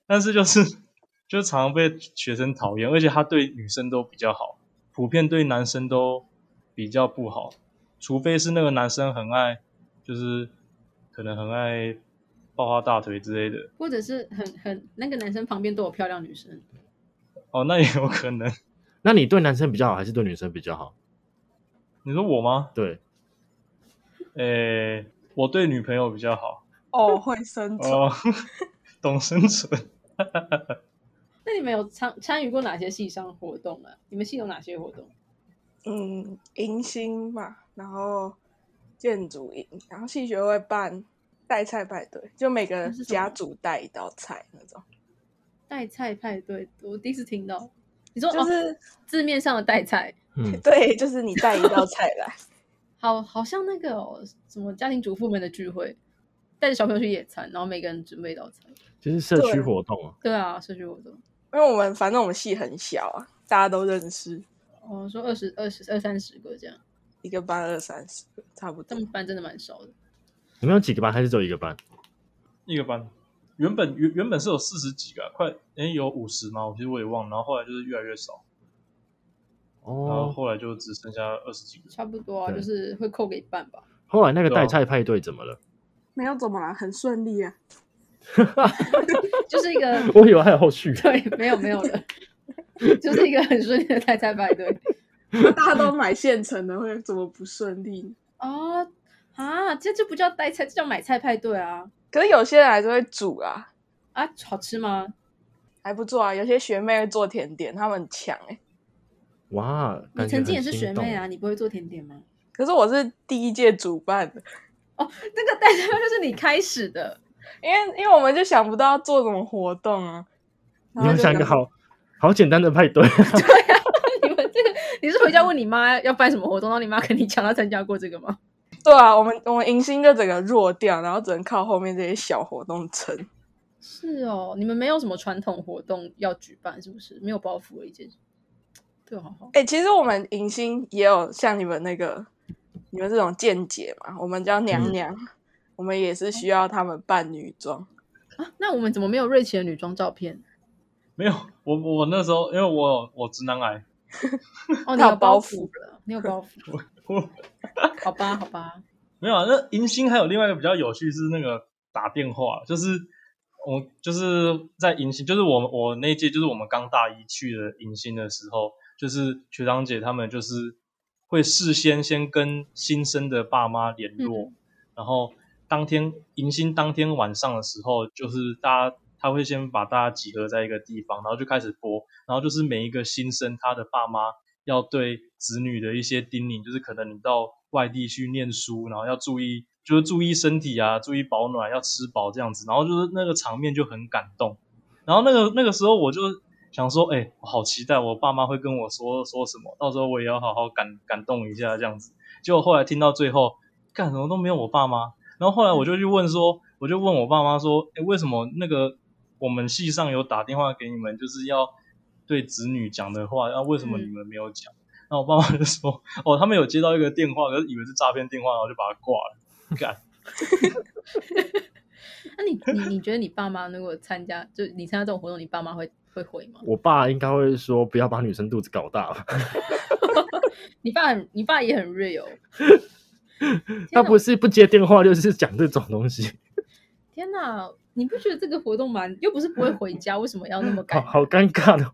但是就是 就常常被学生讨厌，而且他对女生都比较好，普遍对男生都比较不好，除非是那个男生很爱，就是可能很爱抱他大腿之类的。或者是很很那个男生旁边都有漂亮女生，哦，那也有可能。那你对男生比较好，还是对女生比较好？你说我吗？对，诶、我对女朋友比较好哦，会生存。哦，懂生存。那你们有参参与过哪些系上活动啊？你们系有哪些活动？嗯，迎新嘛，然后建筑营，然后戏学会办带菜派对，就每个那是什家么族带一道菜那种，带菜派对，我第一次听到。你说就哦、是字面上的带菜，嗯，对，就是你带一道菜来，好，好像那个、哦、什么家庭主妇们的聚会，带着小朋友去野餐，然后每个人准备一道菜。 就是社区活动啊。对啊，社区活动。因为我们反正我们系很小啊，大家都认识，哦，说二十二十二三十个这样，一个班二三十个差不他多们。班真的蛮少的。你们有几个班，还是只有一个班？一个班原本原原本是有四十几个啊、快诶、有五十吗？我其实我也忘了。然后后来就是越来越少，然后哦，后来就只剩下二十几个。差不多啊，对就是会扣给一半吧。后来那个对啊带菜派对怎么了？ 没有怎么啦，很顺利 啊。就是一个 我以为还有后续。对，没有没有了，就是一个很顺利的带菜派对。大家都买现成的，会怎么不顺利呢？哦啊，这就不叫带菜，这叫买菜派对啊！可是有些人还是会煮啊，啊，好吃吗？还不错啊。有些学妹会做甜点，她们很强哎、哇，你感觉曾经也很是心学动妹啊，你不会做甜点吗？ 可是我是第一届主办的，那个带菜派对就是你开始的，因为因为我们就想不到要做什么活动啊。然你后要就想一个好好简单的派对， 你们这个，你是回家问你妈要办什么活动，然后你妈跟你讲她参加过这个吗？对啊，我们我们迎新就整个弱掉，然后只能靠后面这些小活动撑。是哦，你们没有什么传统活动要举办，是不是？没有包袱的一件事。对，好好。哎、其实我们迎新也有像你们那个你们这种见解嘛，我们叫娘嗯娘，我们也是需要他们扮女装。啊，那我们怎么没有瑞奇的女装照片？没有，我我我那时候因为我有我直男癌，哦，你她有有包包袱袱了，你有包 袱。我好吧，好吧。没有啊。那迎新还有另外一个比较有趣是那个打电话，就是我就是在迎新，就是我们我那一届就是我们刚大一去的迎新的时候，就是学长姐他们就是会事先先跟新生的爸妈联络，然后当天迎新当天晚上的时候，就是大家他会先把大家集合在一个地方，然后就开始播，然后就是每一个新生他的爸妈要对子女的一些叮咛，就是可能你到外地去念书，然后要注意，就是注意身体啊，注意保暖，要吃饱这样子，然后就是那个场面就很感动，然后那个那个时候我就想说，哎、我好期待我爸妈会跟我说说什么，到时候我也要好好感感动一下这样子。结果后来听到最后，干什么都没有我爸妈。然后后来我就去问说，我就问我爸妈说，哎、为什么那个我们系上有打电话给你们，就是要对子女讲的话，那、为什么你们没有讲？然后我爸妈就说，哦，他们有接到一个电话，可是以为是诈骗电话，然后就把它挂了。干，那你你你觉得你爸妈如果参加，就你参加这种活动，你爸妈会会回吗？我爸应该会说不要把女生肚子搞大吧，你爸很，你爸也很 real。 他不是不接电话，就是讲这种东西，天哪，你不觉得这个活动蛮又不是不会回家，为什么要那么好感人？好尴尬的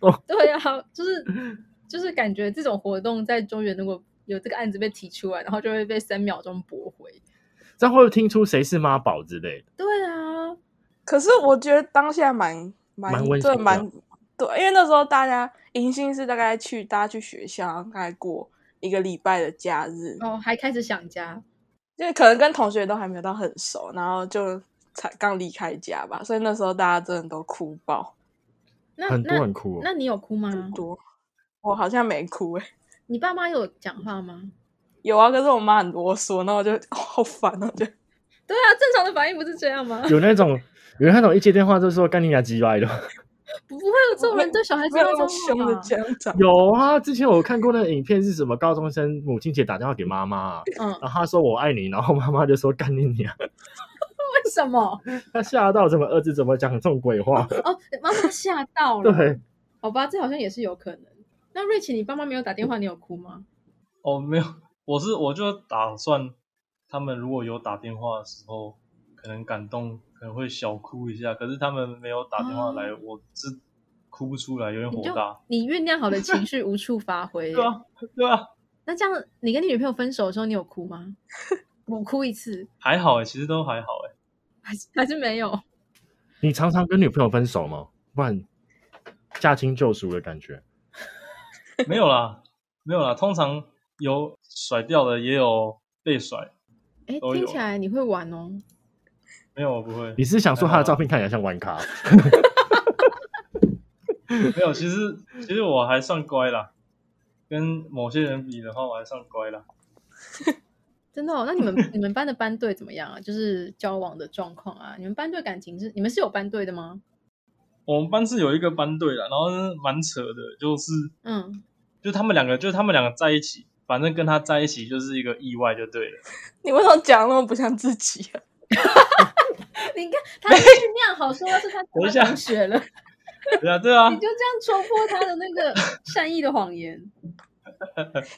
哦。 对呀、就是就是感觉这种活动在中原如果有这个案子被提出来，然后就会被三秒钟驳回。这样会不会听出谁是妈宝之类的？对啊，可是我觉得当下蛮蛮蛮温对馨的蛮对，因为那时候大家迎新是大概去大家去学校，然后大概过一个礼拜的假日，哦，还开始想家，因为可能跟同学都还没有到很熟，然后就才刚离开家吧，所以那时候大家真的都哭爆，那很多那人哭、那哦，你有哭吗？很多。我好像没哭诶、你爸妈有讲话吗？有啊，可是我妈很啰嗦，那我就、 哦好烦哦、就对啊，正常的反应不是这样吗？ 有那种有那种一接电话就说干你娘鸡歪的。不不会有这种人对小孩子没有骂那脏么话凶的吧？家长。有啊，之前我看过那个影片是什么？高中生母亲节打电话给妈妈，嗯，然后她说我爱你，然后妈妈就说干你 娘，为什么？她吓到，怎么儿子怎么讲这种鬼话？哦，妈妈吓到了。对，好吧，这好像也是有可能。那瑞奇，你爸妈没有打电话，你有哭吗？哦，没有，我是我就打算他们如果有打电话的时候，可能感动，可能会小哭一下。可是他们没有打电话来，我是哭不出来，有点哦你火就大。你酝酿好的情绪无处发挥。啊对啊，对啊，那这样，你跟你女朋友分手的时候，你有哭 吗？我哭一次，还好哎、其实都还好哎、还是 还是没有？你常常跟女朋友分手吗？不然驾轻就熟的感觉。没有啦，没有啦。通常有甩掉的，也有被甩。哎，都有听起来你会玩哦。没有，我不 会。你是想说她的照片看起来像玩嗯咖？没有，其实其实我还算乖啦，跟某些人比的话，我还算乖啦。真的哦，那你 们你们班的班队怎么样啊？就是交往的状况啊？你们班队感情是你们是有班队的吗？我们班是有一个班队啦，然后是蛮扯的，就是嗯，就他们两个，就他们两个在一起，反正跟他在一起就是一个意外就对了。 你为什么讲那么不像自己啊？ 你看他酝酿好说要是他等一他下同学了，对啊，对 啊你，就这样戳破他的那个善意的谎言。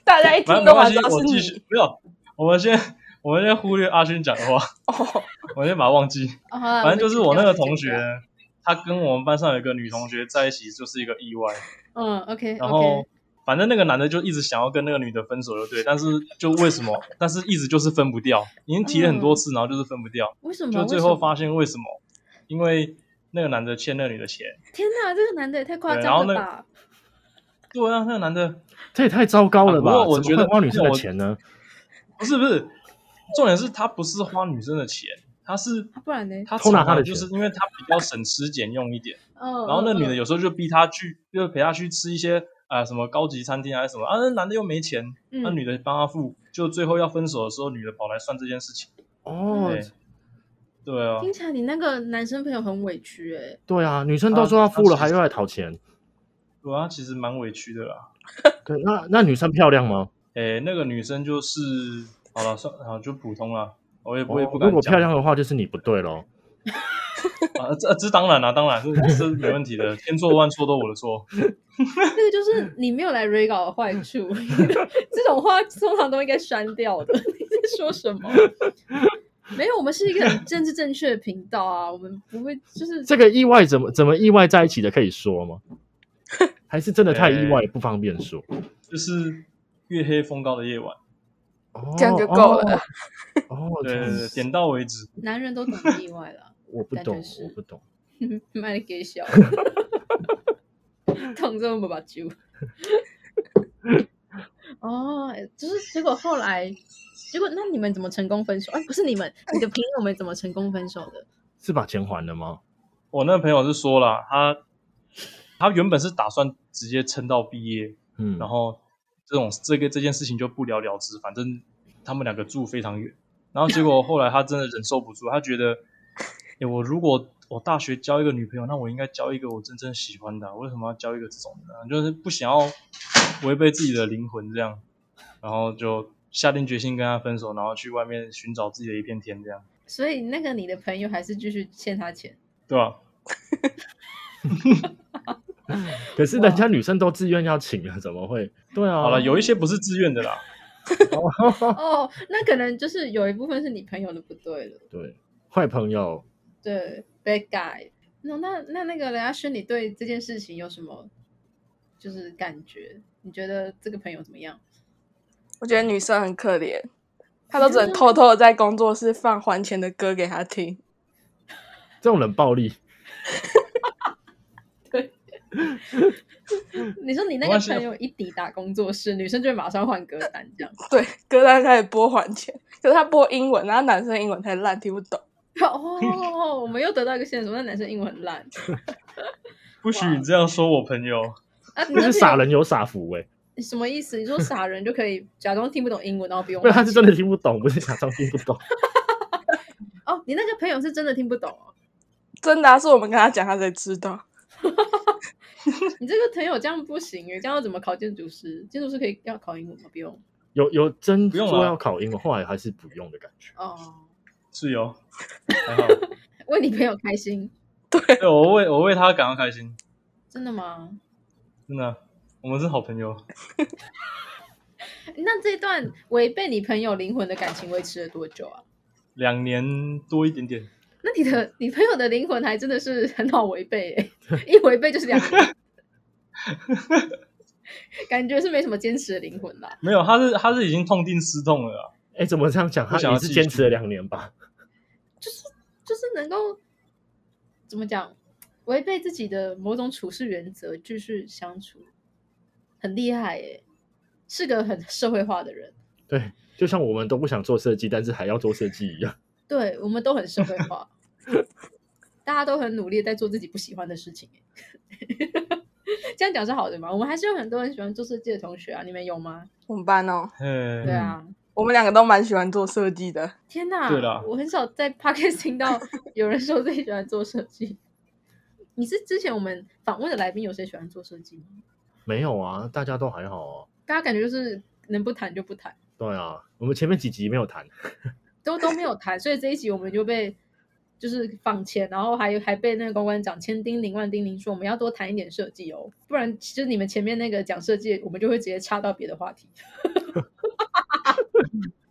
大家一反听正没都马关系知道，我是继续你。没有，我们先我们先忽略阿勋讲的话， 哦。我先把它忘记。哦好啦反正就是我那个同，们剪掉学，他跟我们班上有一个女同学在一起，就是一个意外。嗯，OK，然 OK 后反正那个男的就一直想要跟那个女的分手，就对，但是就为什么？ 但是一直就是分不掉，已经提了很多嗯次，然后就是分不掉，为什么？就最为什么后发现为什么？因为那个男的欠那个女的钱。天哪，这个男的也太夸对然张后了那个吧！对啊，那个男的这也太糟糕了吧！啊不过我怎么觉会得花女生的我钱呢？不是不是，重点是他不是花女生的钱，他是啊不然呢？他偷拿她的常常就是钱因为他比较省吃俭用一点，嗯，然后那女的嗯有时候就逼他去，就陪他去吃一些呃什么高级餐厅还是什么啊，那男的又没钱，嗯那女的帮他付，就最后要分手的时候，女的跑来算这件事情，哦，对，对啊，听起来你那个男生朋友很委屈哎、对啊，女生都说要付了，还要来讨钱。对啊，其实蛮委屈的啦。对，那那女生漂亮吗？诶，那个女生就是好了，算好就普通啦，我也不会哦不敢如果讲漂亮的话，就是你不对喽。啊，这这当然啦，当然这这没问题的，千错万错都我的错。这个就是你没有来 re 稿的坏处， 这种话通常都应该删掉的。 你在说什么？没有，我们是一个很政治正确的频道啊，我们不会就是这个意外怎么怎么意外在一 呃起的可以说吗？还是真的太意外、不方便说？就是月黑风高的夜晚。哦这样就够了。 哦，哦这对样对对，子点到为止。男人都懂意外 了，我不感觉懂，是我不懂。卖了给 小，烫着我把酒。哦，就是结果后来，结果那你们怎么成功分手？哎，不是你们，你的朋友们怎么成功分手的？是把钱还了吗？我那个朋友是说了，他他原本是打算直接撑到毕业，嗯，然后这种这个这件事情就不了了之，反正他们两个住非常远。然后结果后来他真的忍受不住，他觉得，诶，我如果我大学交一个女朋友，那我应该交一个我真正喜欢的啊、我为什么要交一个这种的啊？就是不想要违背自己的灵魂这样，然后就下定决心跟他分手，然后去外面寻找自己的一片天，这样所以那个你的朋友还是继续欠他钱。对吧、可是人家女生都自愿要请了，怎么会？对啊，好了，有一些不是自愿的啦，哦，那可能就是有一部分是你朋友的不对了。对坏朋友，对，bad guy。那那那那个雷阿轩，你对这件事情有什么就是感觉？你觉得这个朋友怎么样？我觉得女生很可怜，她都只能偷偷的在工作室放还钱的歌给她听。这种冷暴力，你说你那没个关系啊朋友一抵达工作室，女生就会马上换歌单这样。 对，歌单开始播还钱，可是她播英文，然后男生英文太烂，听不懂。哦，我们又得到一个线索，那男生英文很烂不许你这样说我朋友。啊！你这那是傻朋友人有傻福哎、什么意思？你说傻人就可以假装听不懂英文，然后不用不然他还是钱？真的听不懂，不是假装听不懂。哦，你那个朋友是真的听不懂哦。真的、啊、是我们跟她讲，她才知道。你这个朋友这样不行欸诶，这样要怎么考建筑师？建筑师可以要考英文吗？不用有有真不用说啦要考英文，后来还是不用的感觉。哦，是有，还好。 为你朋友开心，对我为我为他感到开心，真的吗？真的，我们是好朋友。那这段违背你朋友灵魂的感情维持了多久啊？两年多一点点，那你的你朋友的灵魂还真的是很好违背、欸， 一违背就是两年，感觉是没什么坚持的灵魂啦。没有，他是他是已经痛定思痛了啦。哎、怎么这样讲？不他想要也是继续坚持了两年吧？就是能够怎么讲，违背自己的某种处事原则继续相处，很厉害耶、是个很社会化的人。对，就像我们都不想做设计，但是还要做设计一样。对我们都很社会化， 大家都很努力在做自己不喜欢的事情欸。 这样讲是好的吗？我们还是有很多人喜欢做设计的同学啊，你们有吗？我们班哦，嗯，对啊，我们两个都蛮喜欢做设计的。天哪！对啦我很少在 podcast 听到有人说自己喜欢做设计。你是之前我们访问的来宾有谁喜欢做设计吗？没有啊，大家都还好啊。大家感觉就是能不谈就不谈，对啊，我们前面几集没有谈，都都没有谈，所以这一集我们就被就是放钱，然后还还被那个公关长千叮咛万叮咛说我们要多谈一点设计哦，不然就是你们前面那个讲设计，我们就会直接插到别的话题。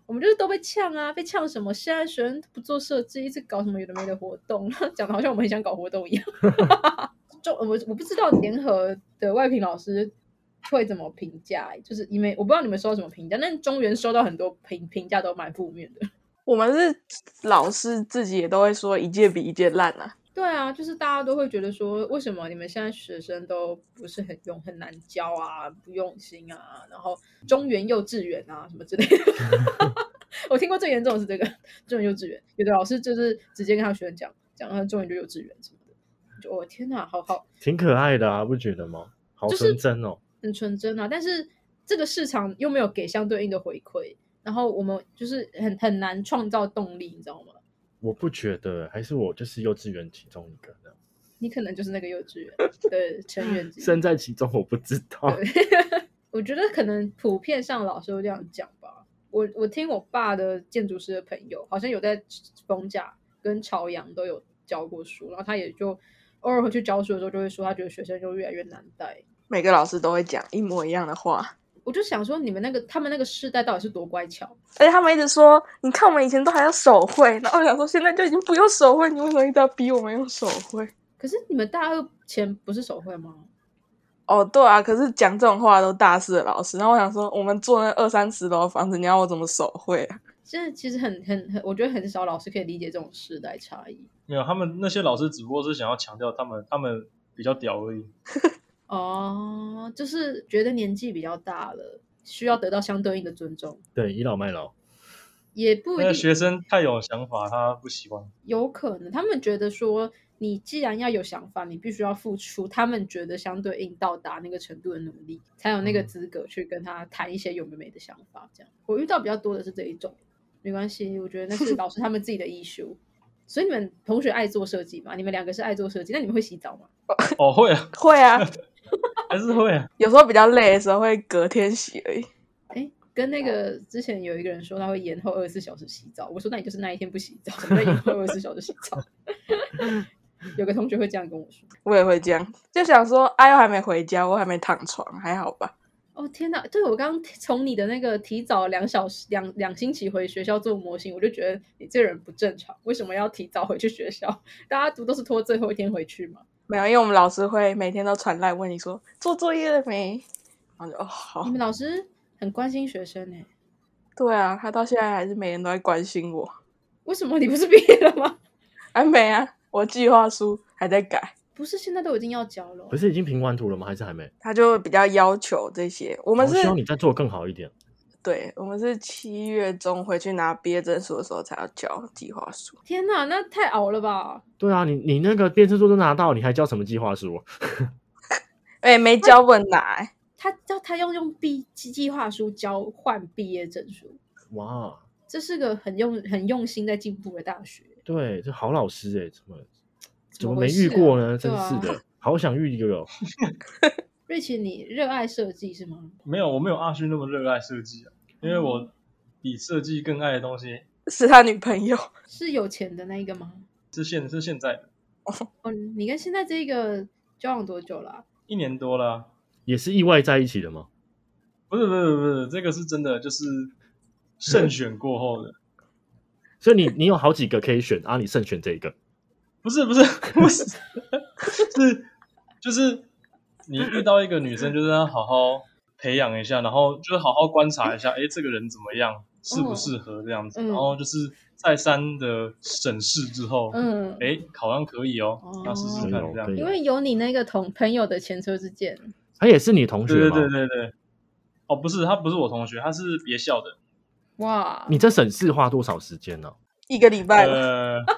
我们就是都被呛啊，被呛什么？现在学生不做设计，一直搞什么有的没的活动， 讲的好像我们很想搞活动一样。 就我我不知道联合的外聘老师会怎么评价，欸就是因为我不知道你们收到什么评价，但中原收到很多评评价都蛮负面的。我们是老师自己也都会说一届比一届烂啊。对啊，就是大家都会觉得说，为什么你们现在学生都不是很用很难教啊，不用心啊，然后中原幼稚园啊什么之类的。 我听过最严重的是这个中原幼稚园，有的老师就是直接跟他学生讲，讲他中原就幼稚园什么的，就我、哦天哪，好好挺可爱的啊，不觉得吗？好就是纯真哦。很纯真啊，但是这个市场又没有给相对应的回馈，然后我们就是很很难创造动力，你知道吗？我不觉得，还是我就是幼稚园其中一个这样你可能就是那个幼稚园的成员之一。身在其中，我不知道。我觉得可能普遍上老师会这样讲吧。我我听我爸的建筑师的朋友，好像有在逢甲跟朝阳都有教过书，然后他也就偶尔回去教书的时候，就会说他觉得学生就越来越难带。每个老师都会讲一模一样的话，我就想说，你们那个他们那个世代到底是多乖巧？而且他们一直说，你看我们以前都还要手绘，然后我想说现在就已经不用手绘，你为什么一直要逼我们用手绘？可是你们大二前不是手绘吗？哦，对啊，可是讲这种话都大四的老师，然后我想说，我们住那二三十楼的房子，你要我怎么手绘啊？现在其实很很很，我觉得很少老师可以理解这种世代差异。没有，他们那些老师只不过是想要强调他们他们比较屌而已。哦，就是觉得年纪比较大了，需要得到相对应的尊重，对，倚老卖老，也不一那个定。学生太有想法，他不喜欢。有可能他们觉得说，你既然要有想法，你必须要付出他们觉得相对应到达那个程度的努力，才有那个嗯资格去跟他谈一些有没没的想法。这样，我遇到比较多的是这一种，没关系，我觉得那是老师他们自己的艺术。所以你们同学爱做设计嘛？你们两个是爱做设计，那你们会洗澡吗？哦，会啊， 会啊，还是会啊。有时候比较累的时候会隔天洗而已。哎，跟那个之前有一个人说他会延后二十四小时洗澡，我说那你就是那一天不洗澡，什么叫延后二十四小时洗澡？有个同学会这样跟我说。我也会这样，就想说，哎呦，还没回家，我还没躺床，还好吧？哦天哪！对我刚刚从你的那个提早两小时、两两星期回学校做模型，我就觉得你这个人不正常，为什么要提早回去学校？ 大家不都是拖最后一天回去吗？没有，因为我们老师会每天都传来问你说做作业了没，然后就哦好你，们老师很关心学生呢、欸对啊，他到现在还是每天都在关心我，为什么你不是毕业了吗？ 还没啊，我计划书还在改，不是现在都已经要交了哦、不是已经评完图了吗？还是还没？他就比较要求这些。我我们是希哦望你再做得更好一点。对，我们是七月中回去拿毕业证书的时候才要交计划书。天哪，那太熬了吧！对啊，你你那个变身书都拿到，你还交什么计划书？哎、没交不能拿、欸，他叫他要用毕计计划书交换毕业证书，哇，这是个很用很用心在进步的大学。对，这好老师哎、怎么怎怎么么回没事遇过呢？啊真是对的，啊 好想遇一个哦。瑞奇，你热爱设计是吗？没有，我没有阿勋那么热爱设计啊，因为我比设计更爱的东西是他女朋友，是有钱的那一个吗？是现是现在的哦，你跟现在这个交往多久了啊、一年多了啊、也是意外在一起的吗？不是不是不是，这个是真的，就是慎选过后的。所以你你有好几个可以选啊，你慎选这一个。哦不是不是不是，是就是你遇到一个女生，就是要好好培养一下，然后就是好好观察一下，诶，这个人怎么样，适不适合这样子，嗯然后就是再三的审视之后，嗯，哎诶，好像可以哦，要试试看哦这样可以哦可。以因为有你那个同朋友的前车之鉴，他也是你同学对对吗？对对对，哦，不是，他不是我同学，他是别校的，哇，你这省事花多少时间呢、一个礼拜了，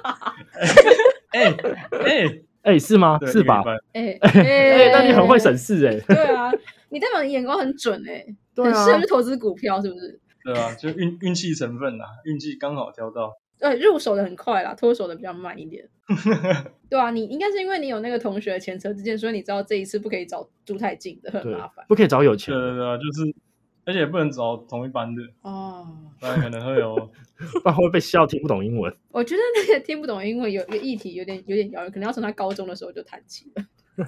呃，哎哎，哎、是吗？对是吧？？ 哎 哎、哎那你很会省事哎、对啊，你代表你眼光很准哎、对很啊适合去投资股票是不是？对吧？就运运气成分啦，运气刚好挑到。对，呃入手的很快啦，脱手的比较慢 一点。对啊，你应该是因为你有那个同学的前车之鉴，所以你知道这一次不可以找住太近的，很对麻烦，不可以找有钱对对的，对啊，就是，而且也不能找同一班的，哦。不然可能会有。 不然会被笑听不懂英文。我觉得那个听不懂英文有一个议题有点有点遥远，可能要从他高中的时候就谈起了。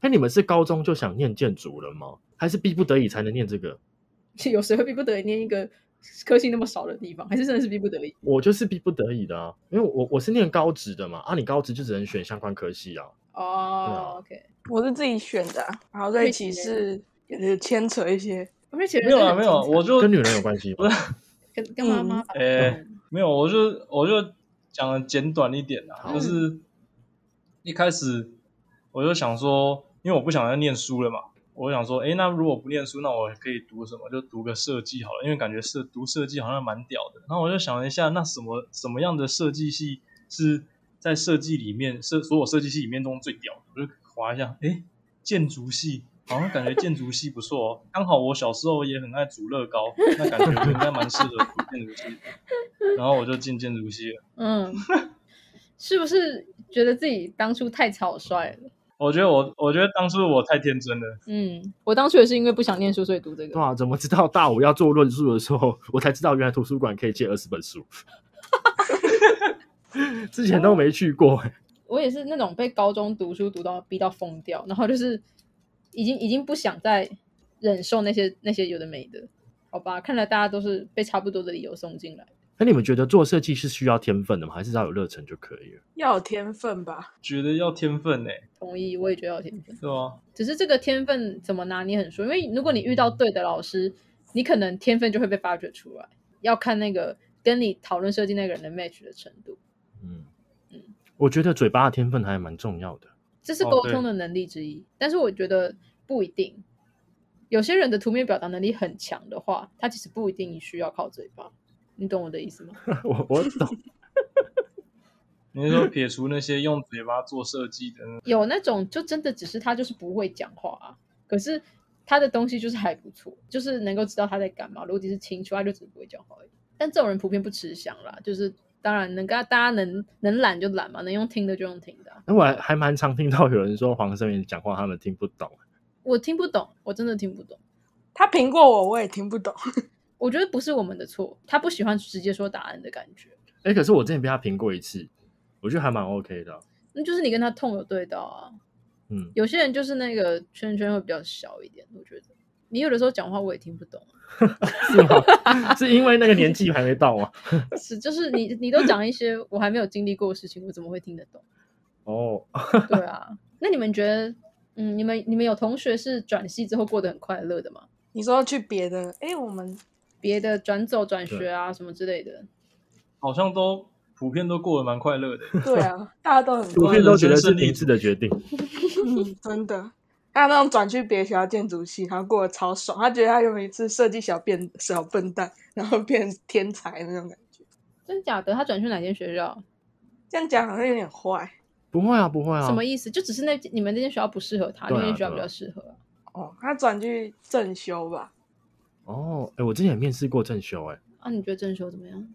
哎、你们是高中就想念建筑了吗？还是逼不得已才能念这个？有时候逼不得已念一个科系那么少的地方，还是真的是逼不得已。我就是逼不得已的啊，因为我我是念高职的嘛，啊，你高职就只能选相关科系啊。哦、o 啊 k 我是自己选的啊、然后瑞奇是也是牵扯一些，而且没有啊，没有啊，我就跟女人有关系吗？跟跟妈妈反呃正没有，我就我就讲的简短一点啦，好就是一开始我就想说，因为我不想再念书了嘛，我想说，诶，那如果不念书，那我可以读什么？就读个设计好了，因为感觉设读设计好像蛮屌的。然后我就想了一下，那什么什么样的设计系是在设计里面设所有设计系里面中最屌的？我就划一下，诶，建筑系。好像感觉建筑系不错哦，刚好我小时候也很爱煮乐高，那感觉我应该蛮适合读建筑系的。然后我就进建筑系了。嗯，是不是觉得自己当初太草率了？我觉得我，我觉得当初我太天真了。嗯，我当初也是因为不想念书，所以读这对个。啊，怎么知道大五要做论述的时候，我才知道原来图书馆可以借二十本书，之前都没去过、欸。我也是那种被高中读书读到逼到疯掉，然后就是已经已经不想再忍受那些那些有的没的，好吧？看来大家都是被差不多的理由送进来。那你们觉得做设计是需要天分的吗？还是只要有热忱就可以了？要有天分吧。觉得要天分呢、欸，同意，我也觉得要有天分。对吧？只是这个天分怎么拿捏很说，因为如果你遇到对的老师，你可能天分就会被发掘出来，要看那个跟你讨论设计那个人的 match 的程度，嗯嗯我觉得嘴巴的天分还蛮重要的。 这是哦沟对通的能力之一。但是我觉得不一定，有些人的图面表达能力很强的话，他其实不一定需要靠嘴巴。你懂我的意思吗？我我懂，你是说撇除那些用嘴巴做设计的那，有那种就真的只是他就是不会讲话啊，可是他的东西就是还不错，就是能够知道他在干嘛。如果只是清楚，他就只是不会讲话而已。但这种人普遍不吃香啦，就是当然能跟他大家能能懒就懒嘛，能用听的就用听的啊、那我还还蛮常听到有人说黄圣依讲话他们听不懂。我听不懂，我真的听不懂。他评过我，我也听不懂。我觉得不是我们的错，他不喜欢直接说答案的感觉，哎、可是我之前被他评过一次，我觉得还蛮 OK 的啊。那就是你跟他痛有对到啊。嗯，有些人就是那个圈圈会比较小一点，我觉得你有的时候讲话我也听不懂。是吗？ 是因为那个年纪还没到啊吗？是，就是你 你都讲一些我还没有经历过的事情，我怎么会听得懂？哦，对啊，那你们觉得，嗯，你们你们有同学是转系之后过得很快乐的吗？你说去别的，哎、我们别的转走、转学啊什么之类的，好像都普遍都过得蛮快乐的、对啊，大家都很普我乖，遍都觉得是明智的决定。嗯，真的。他那种转去别的学校建筑系，他过得超爽。他觉得他原本是设计小变小笨蛋，然后变天才那种感觉。真假的？他转去哪间学校？这样讲好像有点坏不会啊，不会啊。什么意思？就只是那你们那间学校不适合他，对啊那间学校比对啊较适合啊、哦。他转去正修吧，哦，哎、我之前也面试过正修、哎，啊。你觉得正修怎么样？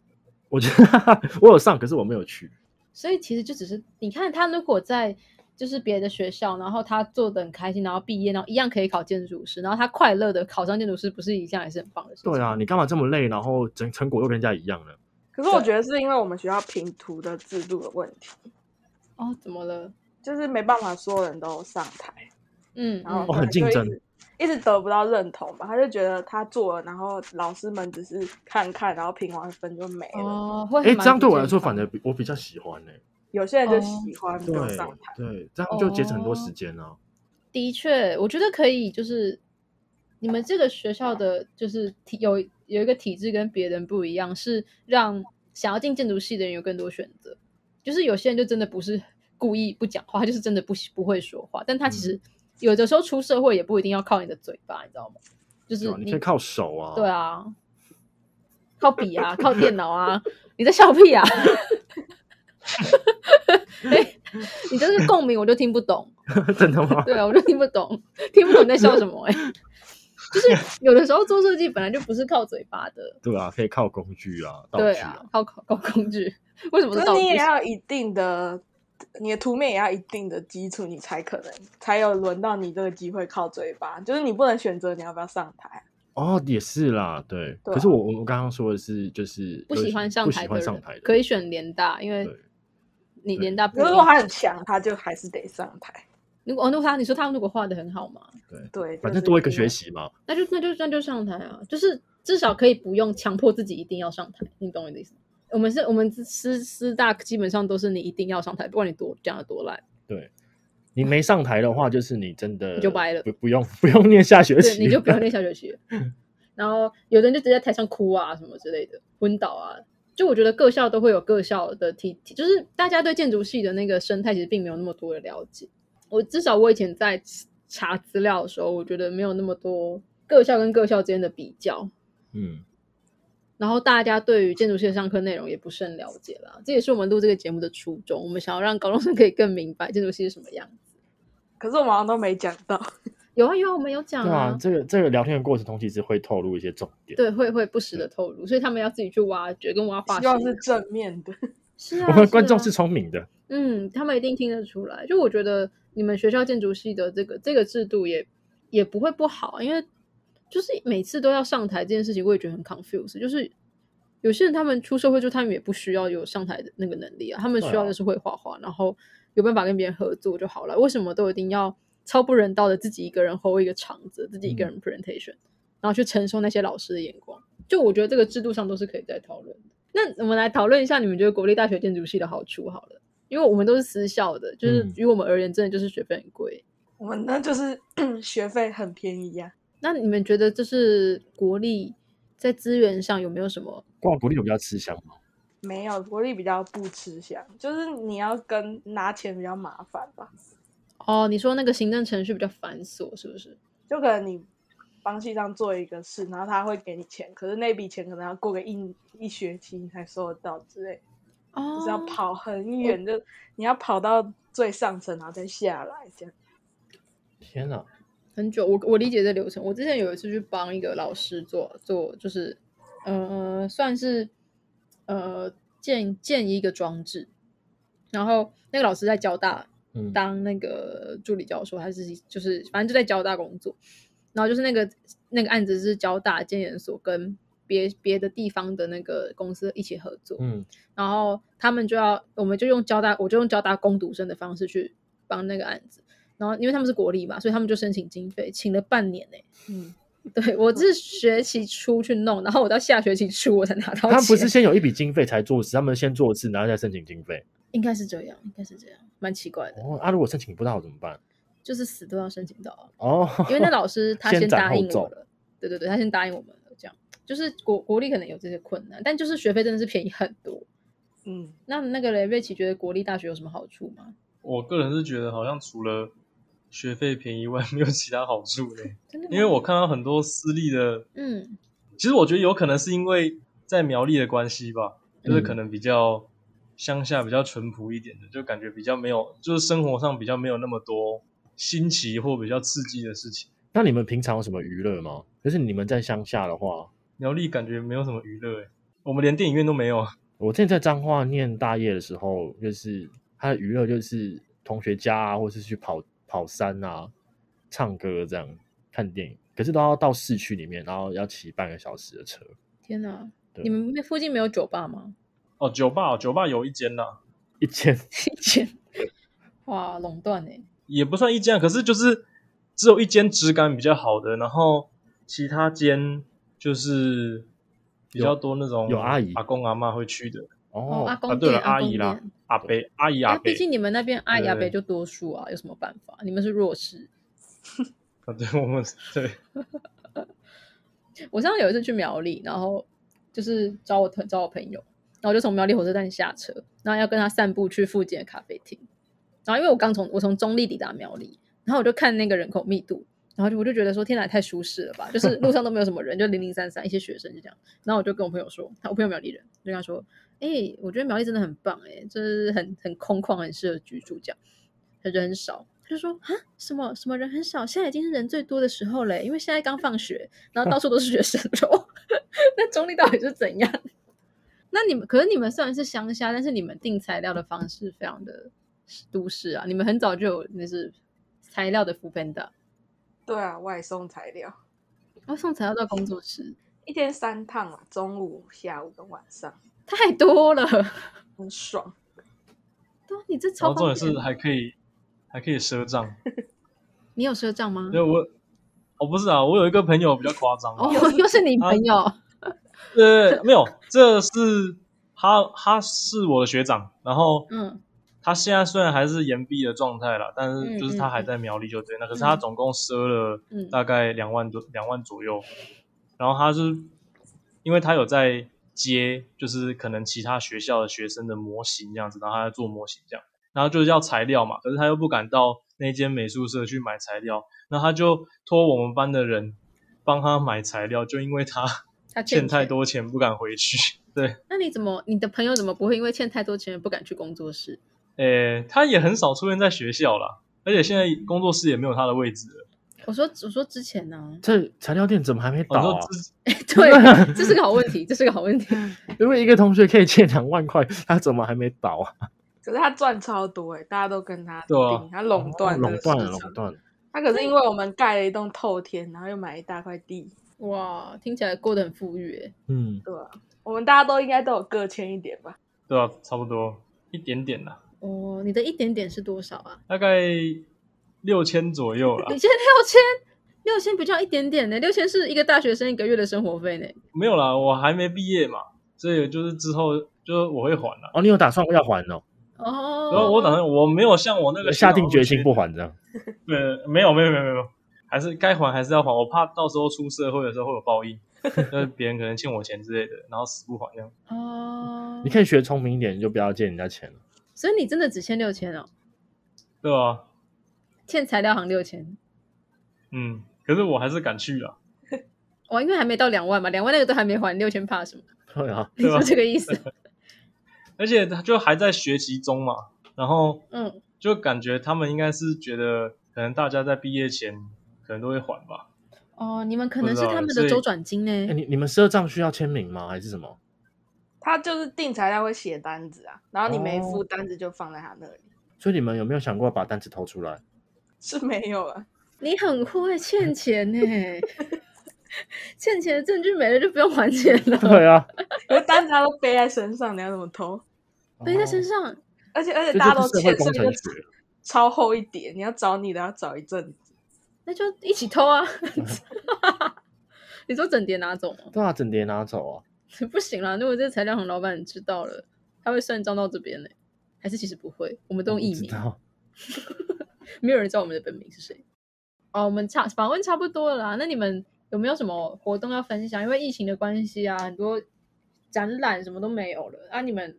我觉得 我有上，可是我没有去。所以其实就只是你看他如果在就是别的学校，然后他做的很开心，然后毕业，然后一样可以考建筑师，然后他快乐的考上建筑师，不是一项也是很棒的事情？对啊，，你干嘛这么累，然后成成果又跟人家一样呢？可是我觉得是因为我们学校评图的制度的问题，哦，怎么了？就是没办法所有人都上台，嗯，然后哦嗯可很能就竞一争直，一直得不到认同吧。他就觉得他做了，然后老师们只是看看，然后评完分就没了。哦，会哎、蛮这样不对我来健说，康反而比我比较喜欢呢、有些人就哦喜欢不对用上台，对，这样就节省很多时间啊。哦的确，我觉得可以，就是你们这个学校的，就是体有有一个体制跟别人不一样，是让想要进建筑系的人有更多选择。就是有些人就真的不是故意不讲话，他就是真的不喜不会说话，但他其嗯实有的时候出社会也不一定要靠你的嘴巴，你知道吗？就是对啊你可以靠手啊。对，啊，靠笔啊，靠电脑啊，你在笑屁啊！ 哎你这个共鸣我就听不懂。 真的吗？对啊，我就听不懂，听不懂你在笑什么哎、就是有的时候做设计本来就不是靠嘴巴的，对啊，可以靠工具啊，道对具啊，靠靠靠工具。为什么是可是道具你？也要有一定的，你的图面也要一定的基础，你才可能才有轮到你这个机会靠嘴巴，就是你不能选择你要不要上台。啊哦，也是啦，对。对啊可是我我们刚刚说的是，就是不喜欢上不台喜的欢人上台的，可以选联大，因为对你对联大不一如定。果他很强，他就还是得上台。如果哦，如果他你说他如果画的很好嘛，对，对，反正就是多一个定学要。习嘛。那就那就那就上台啊，就是至少可以不用强迫自己一定要上台，你懂我的意思吗？我们是我们师师大基本上都是你一定要上台，不管你多讲的多烂，对，你没上台的话，就是你真的你就掰了不不用不用念下学对，期，你就不要念小学期。然后有的人就直接在台上哭啊什么之类的，昏倒啊。就我觉得各校都会有各校的体，体就是大家对建筑系的那个生态其实并没有那么多的了解。我至少我以前在查资料的时候，我觉得没有那么多各校跟各校之间的比较。嗯，然后大家对于建筑系的上课内容也不甚了解啦，这也是我们录这个节目的初衷。我们想要让高中生可以更明白建筑系是什么样。可是我们好像都没讲到，有啊有啊，我们有讲对啊，这个这个聊天的过程中其实会透露一些重点。对，会会不时的透露，所以他们要自己去挖掘跟挖化希望是正面的。是啊，我们观众啊是聪明的，嗯，他们一定听得出来。就我觉得你们学校建筑系的这个这个制度也也不会不好，啊因为就是每次都要上台这件事情，我也觉得很 confuse。就是有些人他们出社会之后，他们也不需要有上台的那个能力啊，他们需对要啊就是会画画，然后有办法跟别人合作就好了。为什么都一定要超不人道的自己一个人 hold 一个场子，自己一个嗯人 presentation，、然后去承受那些老师的眼光？就我觉得这个制度上都是可以再讨论的。那我们来讨论一下，你们觉得国立大学建筑系的好处好了，因为我们都是私校的，就是嗯于我们而言，真的就是学费很贵。我们那就是 学费很便宜啊呀、那你们觉得就是国立在资源上有没有什么？逛国立有比较吃香吗？没有国立比较不吃香，就是你要跟拿钱比较麻烦吧，哦，你说那个行政程序比较繁琐，是不是？就可能你帮系上做一个事，然后他会给你钱，可是那笔钱可能要过个一一学期你才收得到之类的，哦，就是要跑很远，就你要跑到最上层然后再下来这样。天哪！很久。我我理解这流程。我之前有一次去帮一个老师做做，就是呃，算是呃建建一个装置，然后那个老师在交大嗯，当那个助理教授，还是就是反正就在交大工作。然后就是那个那个案子是交大监研所跟别别的地方的那个公司一起合作，嗯，然后他们就要，我们就用交大，我就用交大攻读生的方式去帮那个案子。然后因为他们是国立嘛，所以他们就申请经费，请了半年呢、欸嗯，对我是学期初去弄，然后我到下学期初我才拿到他们不钱是先有一笔经费才做事，他们先做事，然后再申请经费。应该是这样，应该是这样，蛮奇怪的，哦，啊，如果申请不到怎么办？就是死都要申请到啊、哦， 因为那老师他先先斩答后应我奏了，对对对，他先答应我们了，这样就是国国立可能有这些困难，但就是学费真的是便宜很多。嗯，那那个雷瑞奇觉得国立大学有什么好处吗？我个人是觉得好像除了学费便宜外， 没有其他好处嘞。真的吗，因为我看到很多私立的，嗯其实我觉得有可能是因为在苗栗的关系吧，就是可能比较乡下、比较淳朴一点的，就感觉比较没有，就是生活上比较没有那么多新奇或比较刺激的事情。那你们平常有什么娱乐吗？就是你们在乡下的话，苗栗感觉没有什么娱乐，哎，我们连电影院都没有。我之前在彰化念大业的时候，就是他的娱乐就是同学家啊，或是去跑跑山啊、唱歌这样、看电影，可是都要到市区里面，然后要骑半个小时的车。天哪，嗯对你们那附近没有酒吧吗？ 哦，酒吧、酒吧有一间呐、一千以前哇垄断哎，也不算一间啊，可是就是只有一间质感比较好的，然后其他间就是比较多那种有有阿姨阿公阿妈会去的哦，阿啊，公对店、了，阿公姨啦店，，阿伯，阿姨阿那伯毕竟你们那边阿对雅对北对就多数啊，有什么办法？你们是弱势。啊，对 我们对，我上次有一次去苗栗，然后就是找我朋找我朋友，然后我就从苗栗火车站下车，然后要跟他散步去附近的咖啡厅。然后因为我刚从我从中立抵达苗栗，然后我就看那个人口密度，然后就我就觉得说天哪，太舒适了吧！就是路上都没有什么人，就零零散散一些学生就这样。然后我就跟我朋友说，他我朋友苗栗人，就跟他说，哎、我觉得苗栗真的很棒、哎，就是很很空旷，很适合居住这样。他人很少，他就说啊，什么什么人很少，现在已经是人最多的时候嘞，因为现在刚放学，然后到处都是学生楼。 那中立到底是怎样？ 那你们可是你们虽然是乡下，但是你们订材料的方式非常的都市啊，你们很早就有那是材料的 f o o p a n d a 对啊，外送材料然后哦送材料到工作室，一天三趟啊，中午、下午跟晚上，太多了。 很爽。对啊，你这然超后重方点是便。还可以还可以 赊账，你有赊账吗因为？我哦不是啊，我有一个朋友比较夸张啊、哦，又是你朋友，对，没有，这是他他是我的学长，然后嗯，他现在虽然还是延毕的状态啦，但嗯是就是他还在苗栗就对，那、可是他总共赊了嗯大概两万多两万左右，然后他是因为他有在接，就是可能其他学校的学生的模型这样子，然后他在做模型这样，然后就是要材料嘛，可是他又不敢到那间美术社去买材料，那他就托我们班的人帮他买材料，就因为他他欠欠太钱多钱不敢回去，对。那你怎么，你的朋友怎么不会因为欠太多钱不敢去工作室？诶，他也很少出现在学校啦，而且现在工作室也没有他的位置了。我说，我说之前 呢、这材料店怎么还没我倒哦说啊？之对，这是个好问题，这是个好问题。因为一个同学可以借两万块，他怎么还没倒啊？可是他赚超多哎、大家都跟他对啊订，他垄断垄断了，了垄断了。他可是因为我们盖了一栋透天，然后又买一大块地，哇，听起来过得很富裕欸耶。嗯，对啊，我们大家都应该都有各签一点吧？对啊，差不多一点点啦，哦，你的一点点是多少啊？大概六千左右啦你。现在六千，六千不叫一点点呢，六千是一个大学生一个月的生活费呢。没有啦，我还没毕业嘛，所以就是之后就是我会还了、哦，你有打算要还哦？哦，然后我打算我没有像我那个下定决心不还这样？呃，没有没有没有没有，还是该还还是要还，我怕到时候出社会的时候会有报 应，就是别人可能欠我钱之类的，然后死不还这样。哦，你可以学聪明一点，你就不要借人家钱了。所以你真的只欠六千哦，对啊，欠材料行六千。嗯，可是我还是敢去啊，哇，因为还没到两万嘛，两万那个都还没还，六千怕什么？对啊，你对吧说这个意思？ 而且他就还在学习中嘛，然后嗯，就感觉他们应该是觉得可能大家在毕业前可能都会还吧，哦，你们可不能知是道他欸们所的以周转金呢、哎，你你们赊账需要签名吗？还是什么？他就是订材料会写单子啊，然后你没哦付单子就放在他那里， 所以你们有没有想过把单子偷出来？ 是没有啊。你很会欠钱呢、欠钱的证据没了就不用还钱了，对啊，因为单子他都背在身上，你要怎么偷？背在身上。而且而哦，且这大家就都是社会，欠所工程以就学。超厚一叠，你要找你的要找一阵子。那就一起偷 啊！ 你说整叠拿走吗？对啊，整叠拿走啊！ 不行啦，如果这个材料行老板知道了，他会算账到这边呢、还是其实不会？我们都用我不艺知名，道没有人知道我们的本名是谁。哦，我们差访问差不多了啦。那你们有没有什么活动要分享？因为疫情的关系啊，很多展览什么都没有了啊。你们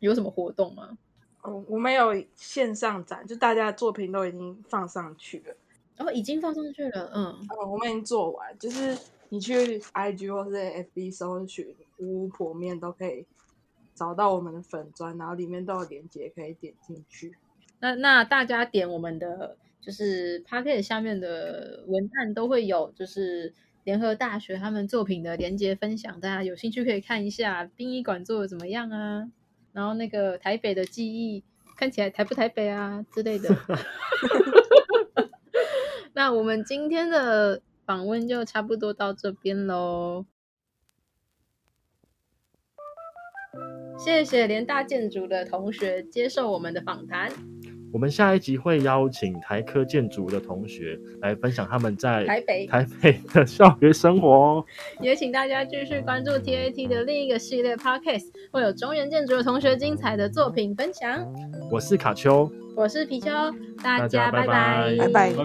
有什么活动吗？哦，我们有线上展，就大家的作品都已经放上去了。哦，已经放上去了，嗯，哦，我们已经做完，就是你去 IG 或是 FB 搜寻“五五婆面”都可以找到我们的粉砖，然后里面都有链接可以点进去。那那大家点我们的就是 p a c k e t 下面的文案都会有，就是联合大学他们作品的连接分享，大家有兴趣可以看一下殡仪馆做的怎么样啊，然后那个台北的记忆看起来台不台北啊之类的。 那我们今天的访问就差不多到这边喽。谢谢联大建筑的同学接受我们的访谈。我们下一集会邀请台科建筑的同学来分享他们在台北，台北的校园生活哦。也请大家继续关注 TAT 的另一个系列 Podcast，会有中原建筑的同学精彩的作品分享。我是卡丘。我是皮丘，大大家家拜拜拜拜拜拜